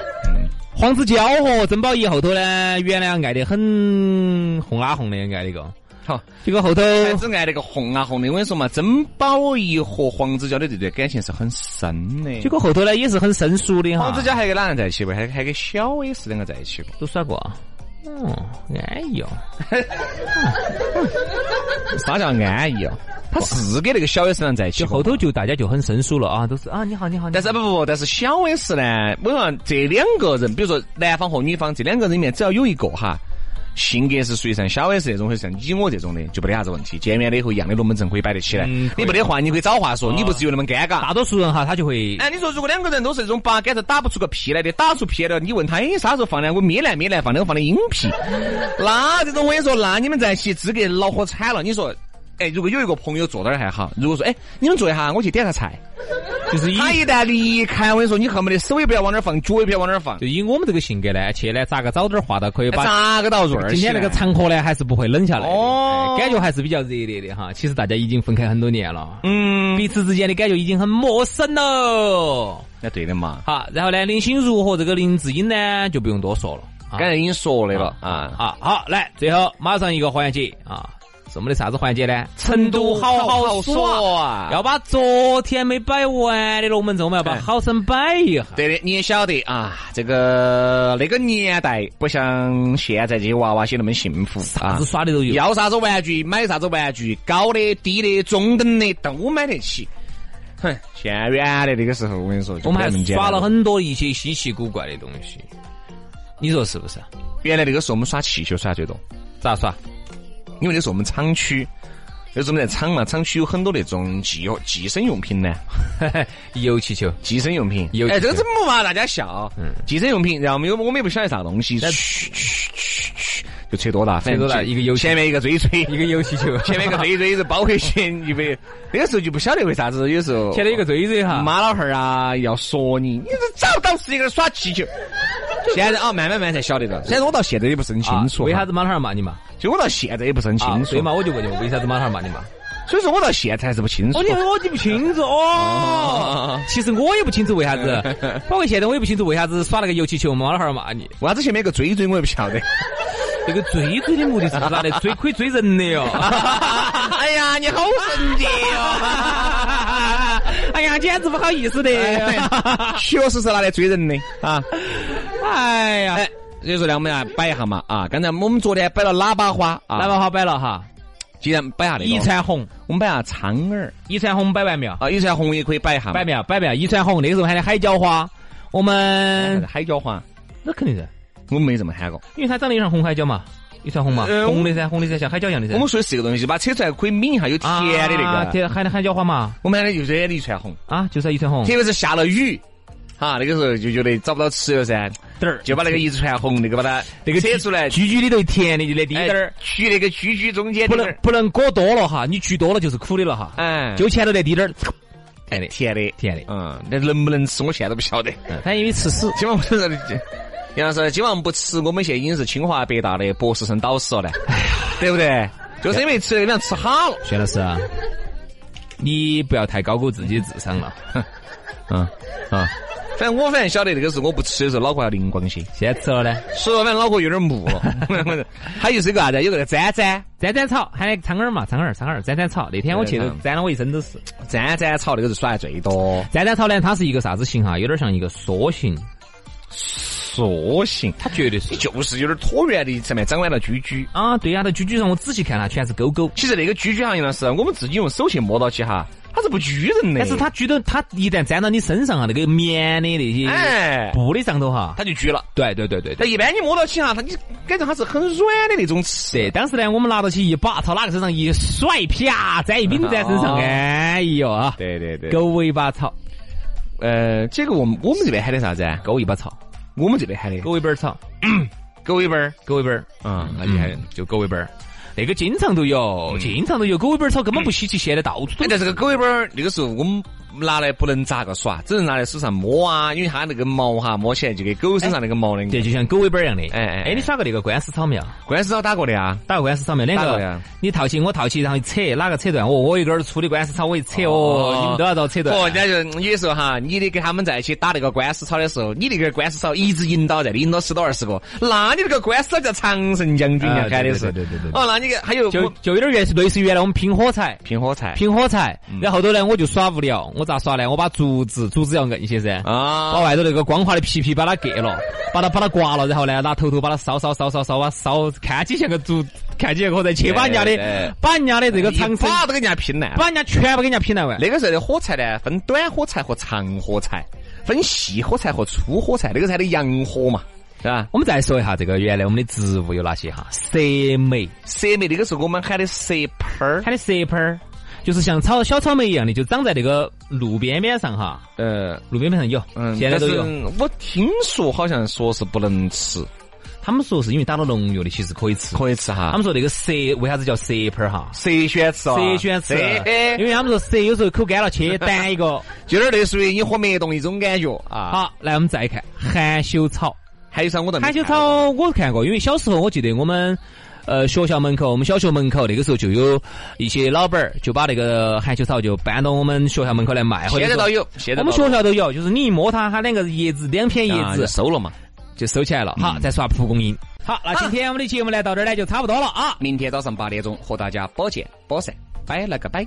Speaker 5: 黄子佼和曾宝仪后头呢，原来爱得很红啊红的，爱那个，
Speaker 2: 好，
Speaker 5: 结果后头
Speaker 2: 还只爱那个红啊红的。我跟你说嘛，曾宝仪和黄子佼的这段感情是很深的。
Speaker 5: 结果后头呢也是很生疏的哈。
Speaker 2: 黄子佼还跟哪人在一起过？还还跟小 S 两个在一 起过。
Speaker 5: 都耍过啊。哦，安逸哦，
Speaker 2: 啥叫安逸哦？他是跟那个小 S 上在一起
Speaker 5: 就
Speaker 2: 过
Speaker 5: 后，头就大家就很生疏了啊，都是啊，你好，你好，你好
Speaker 2: 但是不不不，但是小 S 呢，我说这两个人，比如说男方和女方这两个人里面，只要有一个哈，性格是属于像小 S 这种，或者像你我这种的，就没得啥子问题。见面了以后，一样的龙门阵可以摆得起来。
Speaker 5: 嗯
Speaker 2: 你没得话，你可以找话说，你不至于那么尴尬。
Speaker 5: 大多数人哈，他就会
Speaker 2: 哎，你说如果两个人都是那种八竿子打不出个屁来的，打出屁来了，你问他，哎，啥时候放的？我咩来咩来放的，我放的阴屁。那这种我跟你说，那你们在一起资格恼火惨了。你说哎，如果有一个朋友坐那儿还好，如果说哎，你们坐一下，我去点下菜。
Speaker 5: 就是以
Speaker 2: 他一旦离开，我跟你说，你恨不得手也不要往那儿放，脚也不要往那儿放
Speaker 5: 就，以我们这个性格呢，去呢咋个早点化到可以把
Speaker 2: 扎个到润儿
Speaker 5: 今
Speaker 2: 起
Speaker 5: 天那个
Speaker 2: 来
Speaker 5: 场合呢，还是不会冷下来的，
Speaker 2: 哦
Speaker 5: 哎感觉还是比较热烈的哈。其实大家已经分开很多年了，
Speaker 2: 嗯，
Speaker 5: 彼此之间的感觉已经很陌生了。
Speaker 2: 那对的嘛，
Speaker 5: 好，然后呢，林心如和这个林志颖呢，就不用多说了。啊
Speaker 2: 刚才已经说了了啊，
Speaker 5: 啊，好，来，最后马上一个环节啊，是我们的啥子环节呢？成都好好耍，
Speaker 2: 啊
Speaker 5: 要把昨天没摆完的龙门阵，我们要把
Speaker 2: 哎
Speaker 5: 好生摆一下。
Speaker 2: 对的，你也晓得啊，这个那个年代不像现在这些娃娃些那么幸福
Speaker 5: 啥
Speaker 2: 啊
Speaker 5: 子，耍的都有。
Speaker 2: 要啥子玩具买啥子玩具，高的、低的、中等的都买得起。哼，现在原来那个时候，我跟你说，就
Speaker 5: 我们还
Speaker 2: 不那么简单
Speaker 5: 耍了
Speaker 2: 了。
Speaker 5: 很多一些稀奇古怪的东西，你说是不是？
Speaker 2: 原来那个时候我们耍气球耍得最多，
Speaker 5: 咋耍？
Speaker 2: 因为那时候我们厂区，那时候我们在厂嘛，厂区有很多那种寄寄生用品呢，
Speaker 5: 油气球。
Speaker 2: 寄生用品。
Speaker 5: 有
Speaker 2: 哎，
Speaker 5: 寄
Speaker 2: 这
Speaker 5: 生
Speaker 2: 个怎么嘛？大家笑。寄生用品，然后我们又我们也不晓得啥东西，嘘嘘嘘嘘，就扯多大，反正
Speaker 5: 扯多大
Speaker 2: 就
Speaker 5: 一个油漆
Speaker 2: 前面一个锥锥，
Speaker 5: 一个油气球，
Speaker 2: 前面一个锥锥是包回去，你没那个时候就不晓得为啥子，有时候
Speaker 5: 前头一个锥锥哈，
Speaker 2: 妈老汉儿啊，要说你，你这找不到时间在那耍气球。现在啊，慢慢慢慢才晓得的。虽然我到现在也不是很清楚，
Speaker 5: 啊为啥子？马老汉儿骂你嘛？
Speaker 2: 就我到现在也不是很清
Speaker 5: 啊
Speaker 2: 楚
Speaker 5: 对嘛？，我就问你嘛，为啥子马老汉儿骂你嘛？
Speaker 2: 所以说我到现在还是不清楚。
Speaker 5: 我哦你不清楚哦。其实我也不清楚为啥 子，包括现在我也不清楚为啥子耍那个油气球，马老汉儿骂你。
Speaker 2: 为啥子前面有个锥锥我也不晓得？
Speaker 5: 那个追追的目的是啥呢？追可以追人的哟。
Speaker 2: 哎呀，你好神奇哦！
Speaker 5: 哎呀，简直不好意思的。
Speaker 2: 哎 确实是拿来追 人的啊！
Speaker 5: 哎呀，
Speaker 2: 哎，所以说呢，我们来摆一下嘛啊！刚才我们昨天摆了喇叭花啊，
Speaker 5: 来吧，好摆了哈。
Speaker 2: 既然摆下那
Speaker 5: 一
Speaker 2: 个，
Speaker 5: 串红，
Speaker 2: 我们摆下苍耳
Speaker 5: 一串红摆完没有？
Speaker 2: 啊，一串红也可以摆一下嘛，
Speaker 5: 摆没有？摆没有？一串红那个时候喊的海椒花，我们
Speaker 2: 海椒花，
Speaker 5: 那肯定是。
Speaker 2: 嗯我没这么喊过。
Speaker 5: 因为它长得有像红海椒嘛，有像红嘛，
Speaker 2: 呃
Speaker 5: 红的噻，红的噻，像海椒一样的噻。
Speaker 2: 我们说的是一个东西，把扯出来可以抿一下，有甜的那
Speaker 5: 啊
Speaker 2: 个。
Speaker 5: 甜海的海椒花嘛，
Speaker 2: 我们喊的就是这里一串红，
Speaker 5: 啊，就是一串红
Speaker 2: 特，别是下了雨，哈，那个时候就觉得找不到吃了噻，
Speaker 5: 点儿
Speaker 2: 就把那个一串红那个把它
Speaker 5: 那个
Speaker 2: 扯出来，
Speaker 5: 橘橘里头甜的就那滴
Speaker 2: 哎
Speaker 5: 点儿，，
Speaker 2: 取那个区区中间
Speaker 5: 不
Speaker 2: 点
Speaker 5: 能
Speaker 2: 儿，
Speaker 5: 不能裹多了哈，你橘多了就是苦的了哈，
Speaker 2: 哎，
Speaker 5: 就前头那滴点儿，甜的，
Speaker 2: 甜的，
Speaker 5: 甜的。嗯
Speaker 2: 嗯，那能不能吃我现在都不晓得。
Speaker 5: 他哎因为吃屎，
Speaker 2: 今晚我在这里，杨老师，今晚不吃，我们现在已经是清华北大的博士生导师了呢，对不对？就是因为吃那个吃哈了，
Speaker 5: 薛老师啊，你不要太高估自己的智商了，
Speaker 2: 嗯啊，反正我反正晓得那个是我不吃的时候，脑壳要灵光些。
Speaker 5: 现在吃了呢，
Speaker 2: 所以说反正脑壳有点木了。还有是一个啥子？有个粘粘
Speaker 5: 沾沾草，喊那个苍耳嘛，苍耳，苍耳，沾沾草。那天我去
Speaker 2: 对
Speaker 5: 都
Speaker 2: 嗯
Speaker 5: 沾了我一身都是。
Speaker 2: 粘粘草，那个是耍的最多。
Speaker 5: 沾沾草呢，它是一个啥子型哈？有点像一个梭形，
Speaker 2: 塑形，
Speaker 5: 它绝对是
Speaker 2: 你就是有点椭圆的上面长满了居居。
Speaker 5: 啊，对呀、它居居上我仔细看它全是勾勾。
Speaker 2: 其实那个居居哈，杨老师，我们自己用手去摸到起哈，它是不拘人的。
Speaker 5: 但是它举到它一旦粘到你身上啊，那个棉的那些
Speaker 2: 哎，
Speaker 5: 布的上头哈，
Speaker 2: 它就拘了。
Speaker 5: 对对对对
Speaker 2: 但
Speaker 5: 对。
Speaker 2: 一般你摸到起哈，它你感觉它是很软的那种
Speaker 5: 对，
Speaker 2: 刺。
Speaker 5: 哎当时呢，我们拿到起一把，朝哪个身上一甩，啪，粘一柄在身上，
Speaker 2: 哦
Speaker 5: 哎呦啊，
Speaker 2: 对对对
Speaker 5: 狗尾巴草，
Speaker 2: 呃，这个我们我们这边喊的啥子啊？
Speaker 5: 狗尾巴草，
Speaker 2: 我们这边喊的
Speaker 5: 狗尾巴儿草，
Speaker 2: 狗尾巴儿。
Speaker 5: 狗尾巴儿，
Speaker 2: 嗯，那
Speaker 5: 厉
Speaker 2: 厉
Speaker 5: 害
Speaker 2: 害
Speaker 5: 的。，就狗尾巴儿，那个经常都
Speaker 2: 嗯
Speaker 5: 有，经常都有，狗尾巴儿草根本不稀奇，现在到处
Speaker 2: 哎，
Speaker 5: 都
Speaker 2: 但这个狗尾巴儿，那个时候我们拿来不能咋个耍，只能拿来手上摸啊，因为它那个毛哈摸起来就跟狗身上那个毛那
Speaker 5: 对，
Speaker 2: 个。
Speaker 5: 就像狗尾巴儿一样的。
Speaker 2: 哎哎哎
Speaker 5: 哎，你耍过那个官司草没有？
Speaker 2: 官司找打过的啊，
Speaker 5: 打个官司草没有？两
Speaker 2: 打过
Speaker 5: 个
Speaker 2: 呀
Speaker 5: 你套起我套起，然后一扯，哪个扯断我？我一根儿粗的官司草，我一扯哦
Speaker 2: 哦，
Speaker 5: 你们都要遭扯断。
Speaker 2: 哦，人家就有时候哈，你的跟他们在一起打那个官司草的时候，你那个官司草一直引导在，引到十多二十个，那你那个官司草叫常胜将军
Speaker 5: 啊
Speaker 2: 呀，喊的
Speaker 5: 对
Speaker 2: 是。
Speaker 5: 对对对对对
Speaker 2: 哦，那你个还有
Speaker 5: 就就有点原始类似于原来我们拼火柴，
Speaker 2: 拼火柴
Speaker 5: 拼火柴，
Speaker 2: 嗯
Speaker 5: 然后后头呢我就耍无聊，我咋耍呢？我把竹子，竹子要硬些噻，把
Speaker 2: 啊，
Speaker 5: 外头那个光滑的皮皮把它割了，把它把它刮了，然后呢拿头头把它烧烧烧烧烧啊烧，看起像个竹，看起像个火柴，去把人家
Speaker 2: 对
Speaker 5: 的
Speaker 2: 对
Speaker 5: 把人家的这个长城，
Speaker 2: 把都给人家拼烂。
Speaker 5: 把人家全部给人家拼来完。
Speaker 2: 那个时候的火柴呢，分短火柴和长火柴，分细火柴和粗火柴，那个才的洋火嘛，是吧？
Speaker 5: 我们再说一下这个原来我们的植物有哪些哈？蛇莓，
Speaker 2: 蛇莓那个时候我们喊的蛇喷儿，
Speaker 5: 它的蛇盆儿，就是像草小草莓一样的，就长在那个路边边上哈，
Speaker 2: 呃，
Speaker 5: 路边边上有，
Speaker 2: 嗯，
Speaker 5: 现在都有
Speaker 2: 但。是我听说好像说是不能吃，
Speaker 5: 他们说是因为打了农药的，其实可以吃。
Speaker 2: 可以吃哈。
Speaker 5: 他们说那个蛇为啥子叫蛇喷儿哈？
Speaker 2: 蛇选吃啊，
Speaker 5: 蛇选吃，
Speaker 2: 嘿
Speaker 5: 因为他们说蛇有时候口干了切单一个。
Speaker 2: 就有点类似于你喝脉动一种感觉 啊。
Speaker 5: 好，来我们再看含羞草。
Speaker 2: 还有啥我都没
Speaker 5: 含羞
Speaker 2: 看过
Speaker 5: 草我看过，因为小时候我记得我们呃学校门口，我们小学门口那个时候就有一些老板儿就把那个含羞草就搬到我们学校门口来卖。或者
Speaker 2: 现在
Speaker 5: 说
Speaker 2: 倒有，现在
Speaker 5: 我们
Speaker 2: 倒有
Speaker 5: 学校都有，就是你一摸它，它两个叶子两片叶
Speaker 2: 啊
Speaker 5: 子
Speaker 2: 就嗯收了嘛。
Speaker 5: 就收起来了。好，再耍蒲公英。好，那今天我们的节目呢到这儿呢就差不多了啊。
Speaker 2: 明天早上八点钟和大家不见不散，拜了个拜。